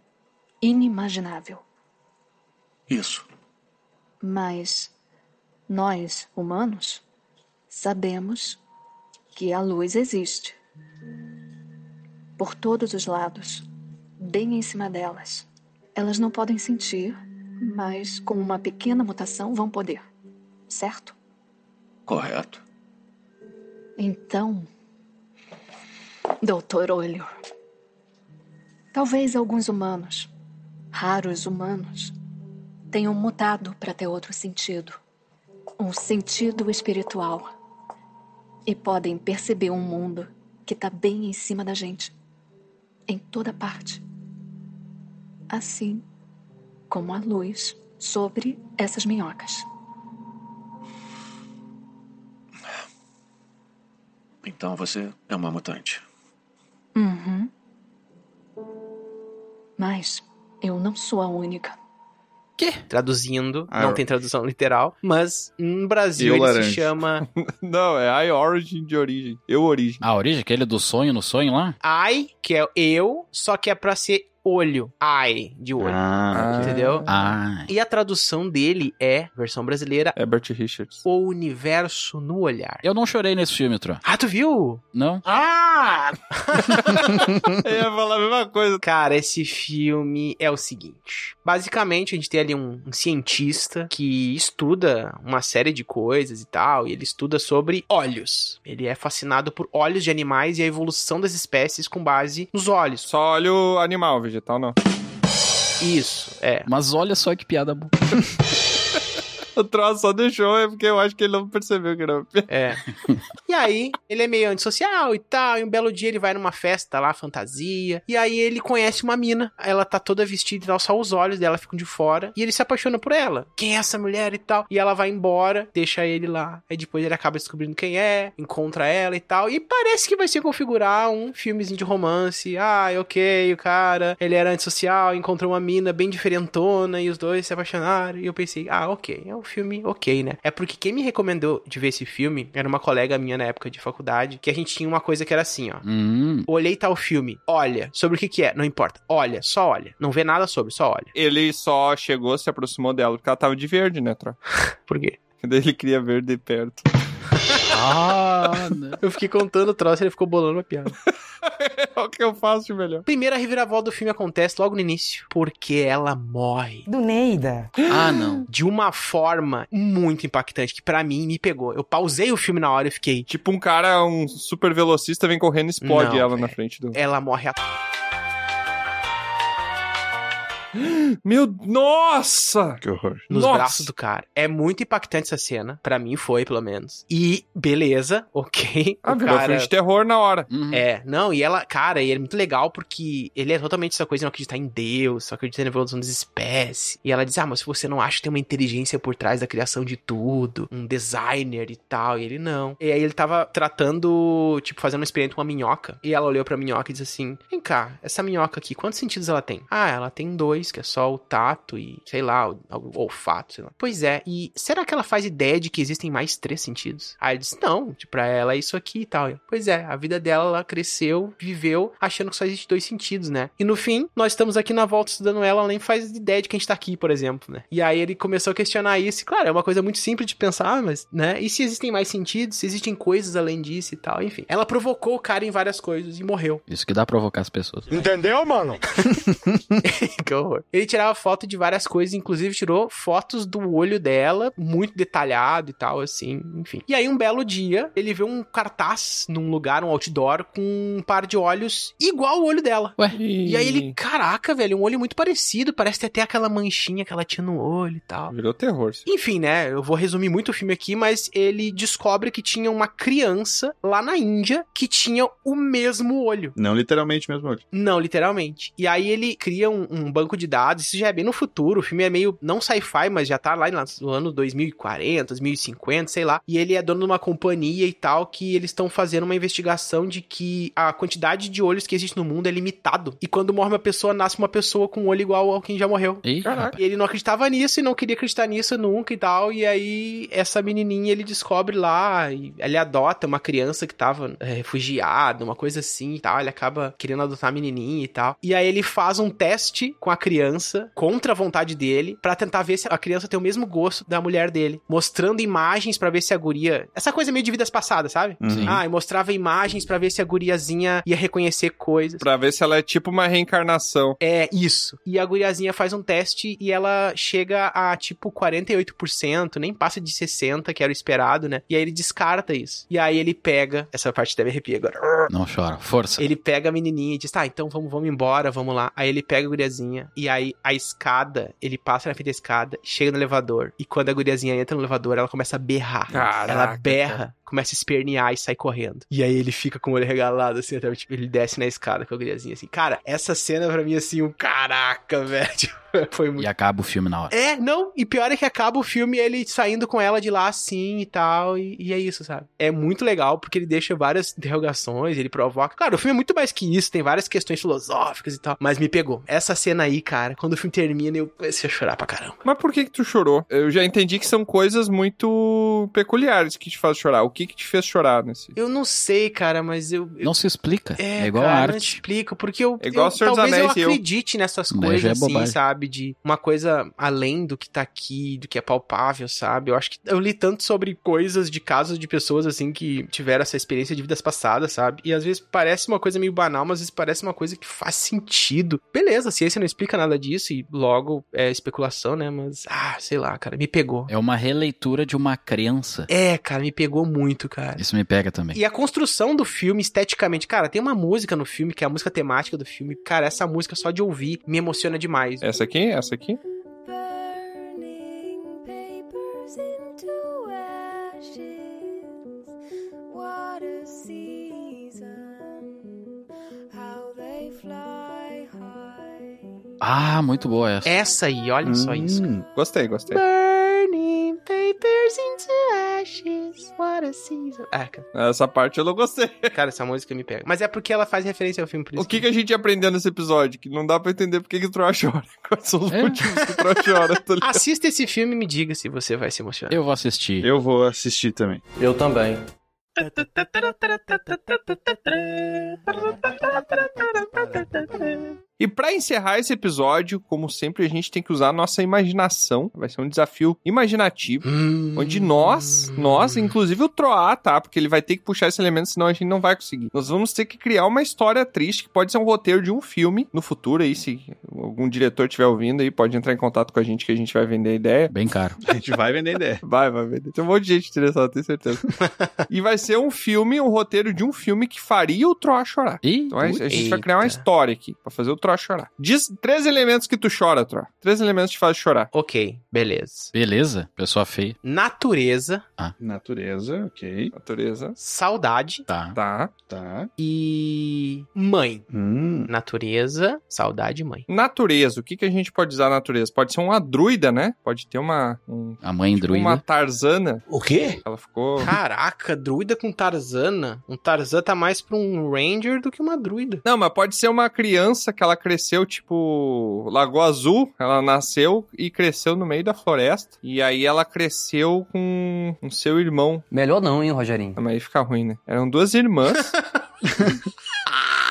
inimaginável. Isso. Mas nós, humanos, sabemos que a luz existe. Por todos os lados, bem em cima delas. Elas não podem sentir, mas com uma pequena mutação vão poder, certo? Correto. Então, Doutor Olho, talvez alguns humanos, raros humanos, tenham mutado para ter outro sentido, um sentido espiritual, e podem perceber um mundo que está bem em cima da gente, em toda parte, assim como a luz sobre essas minhocas. Então você é uma mutante. Uhum. Mas eu não sou a única. Traduzindo, Ah, não eu- tem tradução (laughs) literal, mas no Brasil E o ele laranja. se chama (laughs) não, é I Origin de origem. Eu origem. A origem, aquele do sonho no sonho lá? I, que é eu, só que é pra ser olho. I, de olho. Ah, entendeu? Ah. E a tradução dele é, versão brasileira, Herbert Richards. O Universo no Olhar. Eu não chorei nesse filme, Tro. Ah, tu viu? Não? Ah! (laughs) Eu ia falar a mesma coisa. Cara, esse filme é o seguinte. Basicamente, a gente tem ali um, um cientista que estuda uma série de coisas e tal, e ele estuda sobre olhos. Ele é fascinado por olhos de animais e a evolução das espécies com base nos olhos. Só olho animal, vegetal não. Isso, é. Mas olha só que piada boa. O troço só deixou, é porque eu acho que ele não percebeu que era. É. E aí, ele é meio antissocial e tal, e um belo dia ele vai numa festa lá, fantasia, e aí ele conhece uma mina, ela tá toda vestida e tal, só os olhos dela ficam de fora, e ele se apaixona por ela. Quem é essa mulher e tal? E ela vai embora, deixa ele lá, aí depois ele acaba descobrindo quem é, encontra ela e tal, e parece que vai se configurar um filmezinho de romance. Ah, ok, o cara, ele era antissocial, encontrou uma mina bem diferentona, e os dois se apaixonaram, e eu pensei, ah, ok, é um filme ok, né? É porque quem me recomendou de ver esse filme era uma colega minha na época de faculdade, que a gente tinha uma coisa que era assim, ó. Hum. Olhei tal filme, olha, sobre o que que é, não importa. Olha, só olha. Não vê nada sobre, só olha. Ele só chegou, se aproximou dela, porque ela tava de verde, né, Tro? (laughs) Por quê? Daí ele queria ver de perto. Ah, (laughs) Eu fiquei contando o troço e ele ficou bolando uma piada. é o que eu faço de melhor. Primeira reviravolta do filme acontece logo no início, porque ela morre. Do Neida. Ah, não. De uma forma muito impactante, que pra mim me pegou. Eu pausei o filme na hora e fiquei. Tipo um cara, um super velocista, vem correndo e explode Não, é. ela né? velho. na frente do. Ela morre a. Meu, nossa! Que horror. Nos Nossa! braços do cara. É muito impactante essa cena. Pra mim foi, pelo menos. E beleza, ok. Ah, o virou cara... filme de terror na hora. É, não, e ela, cara, e ele é muito legal porque ele é totalmente essa coisa de não acreditar em Deus, só acreditar na evolução das espécies. E ela diz: Ah, mas se você não acha que tem uma inteligência por trás da criação de tudo, um designer e tal, e ele não. E aí ele tava tratando, tipo, fazendo um experimento com uma minhoca. E ela olhou pra minhoca e disse assim: Vem cá, essa minhoca aqui, quantos sentidos ela tem? Ah, ela tem dois 2, que é só o tato e, sei lá, o, o olfato, sei lá. Pois é, e será que ela faz ideia de que existem mais três sentidos? Aí ele disse, não, tipo, pra ela é isso aqui e tal. Eu, pois é, a vida dela, ela cresceu, viveu, achando que só existe dois sentidos, né? E no fim, nós estamos aqui na volta estudando ela, ela nem faz ideia de que a gente tá aqui, por exemplo, né? E aí ele começou a questionar isso, e claro, é uma coisa muito simples de pensar, ah, mas, né? E se existem mais sentidos? Se existem coisas além disso e tal, enfim. Ela provocou o cara em várias coisas e morreu. Isso que dá pra provocar as pessoas. Entendeu, mano? (laughs) que horror. Ele tirava foto de várias coisas, inclusive tirou fotos do olho dela, muito detalhado e tal, assim, enfim. E aí, um belo dia, ele vê um cartaz num lugar, um outdoor, com um par de olhos igual ao olho dela. Ué? E aí ele, caraca, velho, um olho muito parecido, parece ter até aquela manchinha que ela tinha no olho e tal. Virou terror. sim. Enfim, né? Eu vou resumir muito o filme aqui, mas ele descobre que tinha uma criança lá na Índia que tinha o mesmo olho. Não literalmente mesmo olho. Não, literalmente. E aí ele cria um, um banco de dados, isso já é bem no futuro, o filme é meio, não sci-fi, mas já tá lá no ano 2040, 2050, sei lá. E ele é dono de uma companhia e tal, que eles estão fazendo uma investigação de que a quantidade de olhos que existe no mundo é limitado. E quando morre uma pessoa, nasce uma pessoa com um olho igual ao quem já morreu. Ih, Caraca. E ele não acreditava nisso e não queria acreditar nisso nunca e tal. E aí, essa menininha ele descobre lá, e ele adota uma criança que tava eh, refugiada, uma coisa assim e tal. Ele acaba querendo adotar a menininha e tal. E aí, ele faz um teste com a criança, contra a vontade dele, pra tentar ver se a criança tem o mesmo gosto da mulher dele. Mostrando imagens pra ver se a guria. Essa coisa meio de vidas passadas, sabe? Sim. Ah, e mostrava imagens pra ver se a guriazinha ia reconhecer coisas. Pra ver se ela é tipo uma reencarnação. É, isso. E a guriazinha faz um teste e ela chega a tipo 48%, nem passa de 60%, que era o esperado, né? E aí ele descarta isso. E aí ele pega. Essa parte deve arrepiar agora. Não chora, força. Ele pega a menininha e diz: tá, então vamos, vamos embora, vamos lá. Aí ele pega a guriazinha e aí a escada, ele passa na frente da escada, chega no elevador. E quando a guriazinha entra no elevador, ela começa a berrar. Caraca, ela berra, começa a espernear e sai correndo. E aí ele fica com o olho regalado, assim, até tipo, ele desce na escada com a guriazinha, assim. Cara, essa cena pra mim, assim, um caraca, velho. (laughs) Tipo, Foi muito. E acaba o filme na hora. É, não, e pior é que acaba o filme ele saindo com ela de lá assim e tal, e, e é isso, sabe? É muito legal porque ele deixa várias interrogações, ele provoca. Claro, o filme é muito mais que isso, tem várias questões filosóficas e tal, mas me pegou. Essa cena aí, cara, quando o filme termina eu comecei a chorar pra caramba. Mas por que que tu chorou? Eu já entendi que são coisas muito peculiares que te fazem chorar. O que que te fez chorar nesse? Eu não sei, cara, mas eu. eu- Não se explica. É, igual cara, a Não arte. explico, porque eu, É igual eu- o Senhor dos talvez Anéis, eu eu- acredite nessas Daí já coisas, é assim, bobagem. sabe? De uma coisa além do que tá aqui, do que é palpável, sabe? Eu acho que eu li tanto sobre coisas de casos de pessoas, assim, que tiveram essa experiência de vidas passadas, sabe? E às vezes parece uma coisa meio banal, mas às vezes parece uma coisa que faz sentido. Beleza, a ciência não explica nada disso e logo é especulação, né? Mas, ah, sei lá, cara, me pegou. É uma releitura de uma crença. É, cara, me pegou muito, cara. Isso me pega também. E a construção do filme esteticamente, cara, tem uma música no filme que é a música temática do filme. Cara, essa música só de ouvir me emociona demais. Essa aqui? Essa aqui? Burning papers into ashes. What a season. How they fly high. Ah, muito boa essa. Essa aí, olha só isso. Hum, Gostei, gostei. Burning papers into ashes. What a season. Ah, cara, Essa parte eu não gostei. (laughs) cara, essa música me pega. Mas é porque ela faz referência ao filme, por isso. O que que a gente aprendeu nesse episódio? Que não dá pra entender por que que o Troá chora. (laughs) Quais são os É? motivos que o Troá chora? tá ligado? Assista esse filme e me diga se você vai se emocionar. Eu vou assistir. eu vou assistir também. Eu também. E pra encerrar esse episódio, como sempre, a gente tem que usar a nossa imaginação. Vai ser um desafio imaginativo. Hum. Onde nós, nós, inclusive o Troá, tá? Porque ele vai ter que puxar esse elemento, senão a gente não vai conseguir. Nós vamos ter que criar uma história triste, que pode ser um roteiro de um filme no futuro aí, se algum diretor estiver ouvindo aí, pode entrar em contato com a gente que a gente vai vender a ideia. Bem caro. A gente vai vender ideia. Vai, vai vender. Tem um monte de gente interessada, tenho certeza. e vai ser um filme, um roteiro de um filme que faria o Troá chorar. Ih, Então a, a gente vai Eita. criar uma história aqui, pra fazer o Troá chorar. Diz três elementos que tu chora, Troá. Três elementos que te fazem chorar. Ok, beleza. beleza. Pessoa feia. Natureza, Natureza, ok. Natureza. saudade Tá. Tá. Tá. e mãe. Hum. Natureza, saudade e mãe. Natureza, o que, que a gente pode usar na natureza? Pode ser uma druida, né? Pode ter uma. um- A mãe tipo uma druida. tarzana. O quê? Ela ficou. Caraca, druida com Tarzana. Um Tarzan tá mais pra um ranger do que uma druida. Não, mas pode ser uma criança que ela cresceu, tipo, Lagoa Azul, ela nasceu e cresceu no meio da floresta. E aí ela cresceu com o seu irmão. Melhor não, hein, Rogerinho? Mas aí fica ruim, né? Eram duas (laughs) irmãs.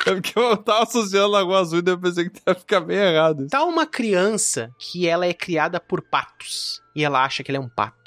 É porque eu tava associando Lagoa Azul e daí eu pensei que ia ficar bem errado. Tá uma criança (laughs) que ela é criada por patos e ela acha que ele é um pato.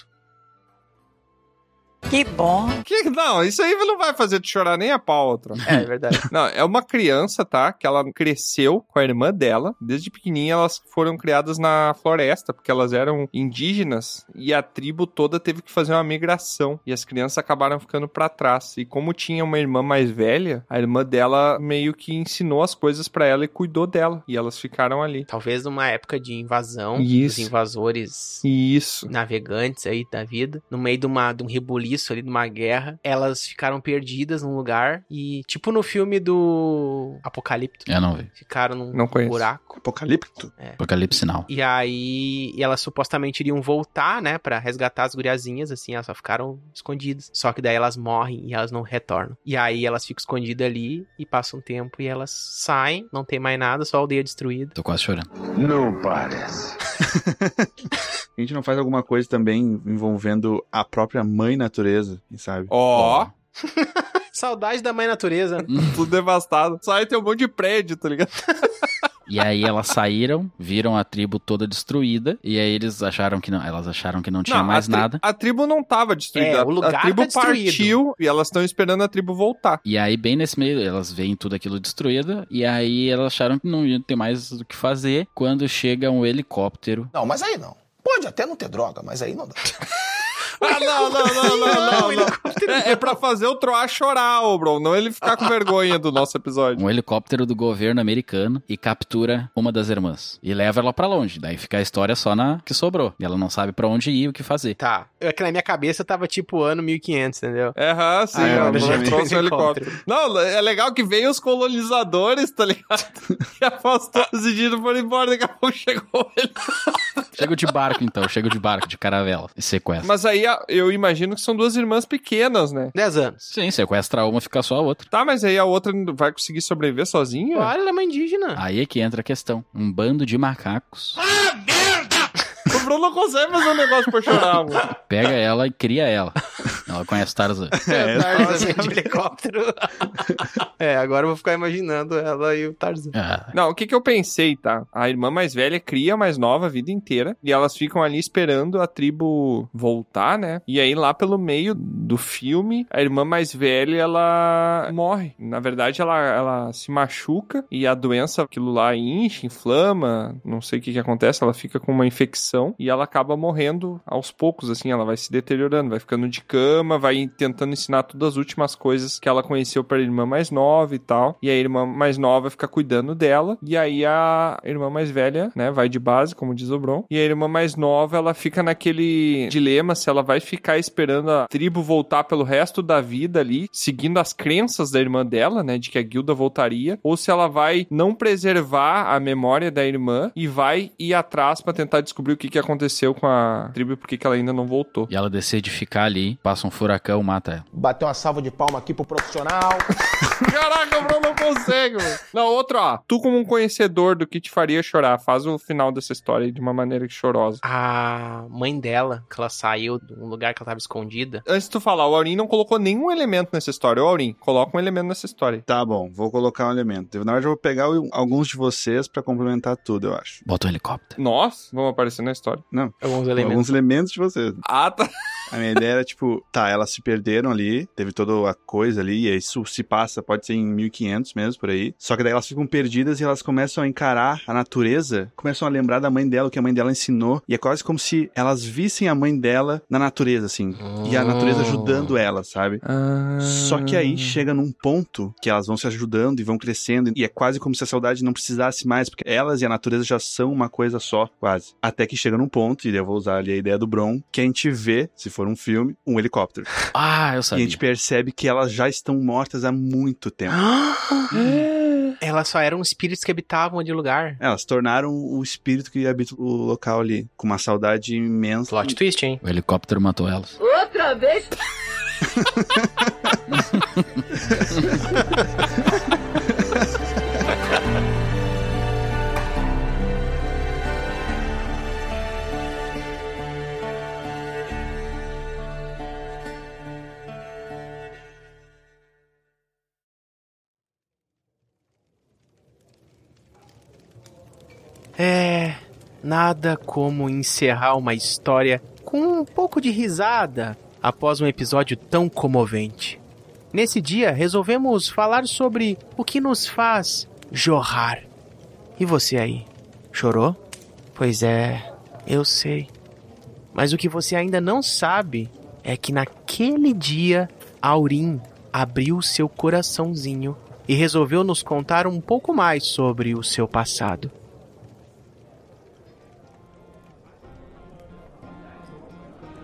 Que bom. não, isso aí não vai fazer te chorar nem a pau, outra. É, é verdade. (laughs) Não, é uma criança, tá? Que ela cresceu com a irmã dela. Desde pequenininha elas foram criadas na floresta, porque elas eram indígenas e a tribo toda teve que fazer uma migração. E as crianças acabaram ficando pra trás. E como tinha uma irmã mais velha, a irmã dela meio que ensinou as coisas pra ela e cuidou dela. E elas ficaram ali. Talvez numa época de invasão, Isso. Então, dos invasores Isso. navegantes aí da vida, no meio de, uma, de um rebuliço ali, de uma guerra, elas ficaram perdidas num lugar e, tipo no filme do Apocalipto, Eu não vi. ficaram num Não conheço. buraco. Apocalipto? É. Apocalipse Sinal. E aí, e elas supostamente iriam voltar, né, Pra resgatar as guriazinhas, assim, elas só ficaram escondidas. Só que daí elas morrem e elas não retornam. E aí elas ficam escondidas ali e passa um tempo e elas saem, não tem mais nada, só a aldeia destruída. Tô quase chorando. Não parece. (laughs) A gente não faz alguma coisa também envolvendo a própria mãe natureza, quem sabe? Ó, Saudade da mãe natureza. né? tudo devastado. Sai tem um monte de prédio, tá (laughs) ligado? E aí elas saíram, viram a tribo toda destruída, e aí eles acharam que não, elas acharam que não tinha Não, mais a tri- nada. A tribo não tava destruída. É, A- o lugar a tribo tá destruído. partiu e elas estão esperando a tribo voltar. E aí, bem nesse meio, elas veem tudo aquilo destruído, e aí elas acharam que não iam ter mais o que fazer, quando chega um helicóptero. (laughs) Não, mas aí não. Pode até não ter droga, mas aí (laughs) não dá. Ah, não, não, não, (laughs) não, não. não. É, é pra fazer o Troá chorar, ô, bro. Não ele ficar com vergonha do nosso episódio. Um helicóptero do governo americano e captura uma das irmãs. E leva ela pra longe. Daí fica a história só na que sobrou. E ela não sabe pra onde ir e o que fazer. Tá. É que na minha cabeça tava tipo ano 1500, entendeu? É, aham, sim, Ah, ó, eu trouxe já um vi. helicóptero. Helicóptero. (laughs) Não, é legal que veio os colonizadores, tá ligado? (laughs) E afastou os indígenas foram embora, daqui a pouco chegou ele. Chego de barco, então. Chego de barco, de caravela. E sequestra. Mas aí a- eu imagino que são duas irmãs pequenas, né? 10 anos. Sim, sequestra uma, fica só a outra. Tá, mas aí a outra vai conseguir sobreviver sozinha? Claro, ela é uma indígena. Aí é que entra a questão. Um bando de macacos O Bruno não consegue fazer um negócio pra chorar, mano. pega ela e cria ela. Ela conhece Tarzan. É, Tarzan (laughs) de helicóptero. é, agora eu vou ficar imaginando ela e o Tarzan. Ah, Não, o que, que eu pensei, tá? A irmã mais velha cria a mais nova a vida inteira. E elas ficam ali esperando a tribo voltar, né? E aí, lá pelo meio do filme, a irmã mais velha, ela morre. Na verdade, ela, ela se machuca e a doença, aquilo lá, enche, inflama. Não sei o que, que acontece. Ela fica com uma infecção e ela acaba morrendo aos poucos, assim. Ela vai se deteriorando, vai ficando de cama, vai tentando ensinar todas as últimas coisas que ela conheceu pra irmã mais nova e tal. E a irmã mais nova fica cuidando dela. E aí a irmã mais velha, né, vai de base, como diz o Bron. E a irmã mais nova, ela fica naquele dilema se ela vai ficar esperando a tribo voltar pelo resto da vida ali, seguindo as crenças da irmã dela, né, de que a guilda voltaria, ou se ela vai não preservar a memória da irmã e vai ir atrás pra tentar descobrir o que, que aconteceu com a tribo e por que que ela ainda não voltou. E ela decide ficar ali, passa um furacão, mata ela. Bateu uma salva de palma aqui pro profissional. Caraca, o Bruno não consegue, mano. Não, outro, ó. Tu, como um conhecedor do que te faria chorar, faz o final dessa história aí de uma maneira chorosa. A mãe dela, que ela saiu de um lugar que ela tava escondida. Antes de tu falar, o Aurim não colocou nenhum elemento nessa história. Ô, Aurim, coloca um elemento nessa história. aí. Tá bom, vou colocar um elemento. Na verdade, eu vou pegar o- alguns de vocês pra complementar tudo, eu acho. Bota um helicóptero. Nós vamos aparecer na história. Não, Alguns elementos. alguns elementos de vocês. Ah, tá. A minha ideia era, tipo, tá, elas se perderam ali, teve toda a coisa ali, e isso se passa, pode ser em 1500 mesmo, por aí. Só que daí elas ficam perdidas e elas começam a encarar a natureza, começam a lembrar da mãe dela, o que a mãe dela ensinou, e é quase como se elas vissem a mãe dela na natureza, assim, e a natureza ajudando elas, sabe? Só que Ah. aí chega num ponto que elas vão se ajudando e vão crescendo, e é quase como se a saudade não precisasse mais, porque elas e a natureza já são uma coisa só, quase. Até que chega num ponto, e daí eu vou usar ali a ideia do Bron, que a gente vê, se for um filme, um helicóptero. Ah, eu E sabia. a gente percebe que elas já estão mortas há muito tempo. Elas (gasps) só eram espíritos que habitavam aquele lugar. É, Elas tornaram o espírito que habita o local ali, com uma saudade imensa. Plot twist, hein? O helicóptero matou elas. Outra vez É. Nada como encerrar uma história com um pouco de risada após um episódio tão comovente. Nesse dia, resolvemos falar sobre o que nos faz jorrar. E você aí? Chorou? Pois é, eu sei. Mas o que você ainda não sabe é que naquele dia, Aurim abriu seu coraçãozinho e resolveu nos contar um pouco mais sobre o seu passado.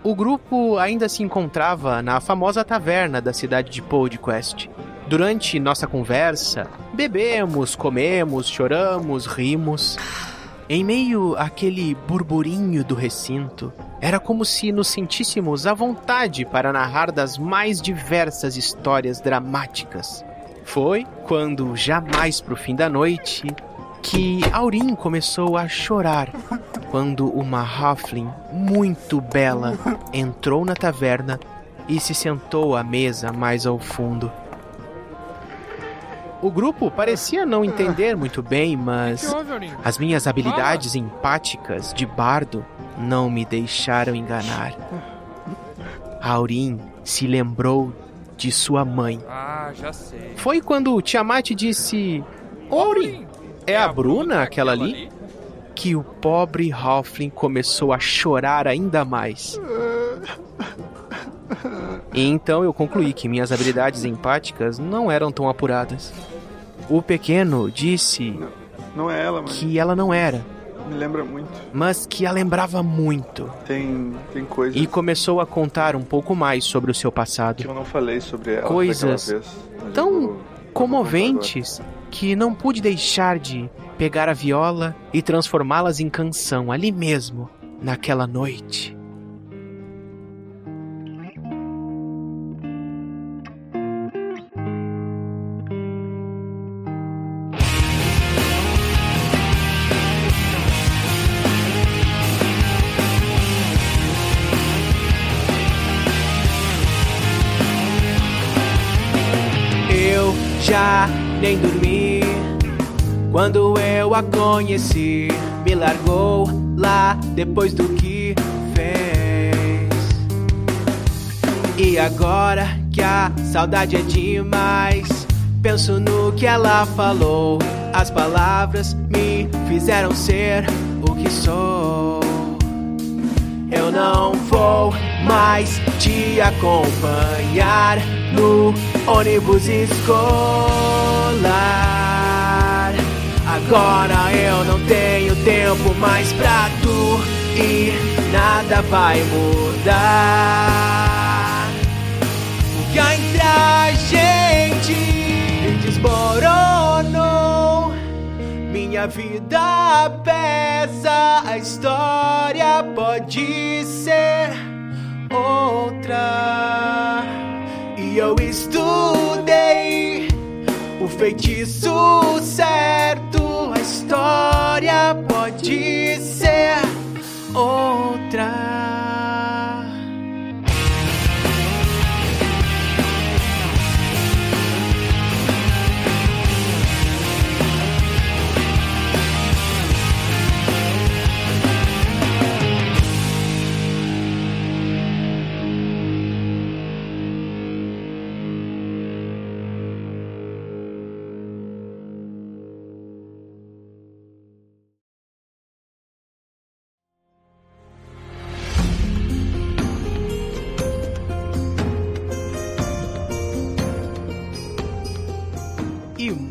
O grupo ainda se encontrava na famosa taverna da cidade de Podquest. Durante nossa conversa, bebemos, comemos, choramos, rimos. Em meio àquele burburinho do recinto, era como se nos sentíssemos à vontade para narrar das mais diversas histórias dramáticas. Foi quando, já mais pro fim da noite, que Aurim começou a chorar quando uma Halfling muito bela entrou na taverna e se sentou à mesa mais ao fundo. O grupo parecia não entender muito bem, mas as minhas habilidades empáticas de bardo não me deixaram enganar. Aurim se lembrou de sua mãe. Ah, já sei. Foi quando Tiamat disse: Aurim, é a Bruna aquela ali? Que o pobre Halfling começou a chorar ainda mais. E então eu concluí que minhas habilidades empáticas não eram tão apuradas. O pequeno disse Não é ela, mas que ela não era, me lembra muito. mas que a lembrava muito. Tem, tem coisas E começou a contar um pouco mais sobre o seu passado. que eu não falei sobre ela Coisas daquela vez. Mas eu tão vou- comoventes que não pude deixar de pegar a viola e transformá-las em canção ali mesmo, naquela noite. Eu já nem dormi quando eu a conheci. Me largou lá depois do que fez. E agora que a saudade é demais, penso no que ela falou. As palavras me fizeram ser o que sou. Eu não vou mais te acompanhar no ônibus escolar. Agora eu não tenho tempo mais pra tu e nada vai mudar. O que há entre a gente desmoronou. Minha vida pesa, a história pode ser outra. E eu estudei o feitiço certo, a história pode ser outra. E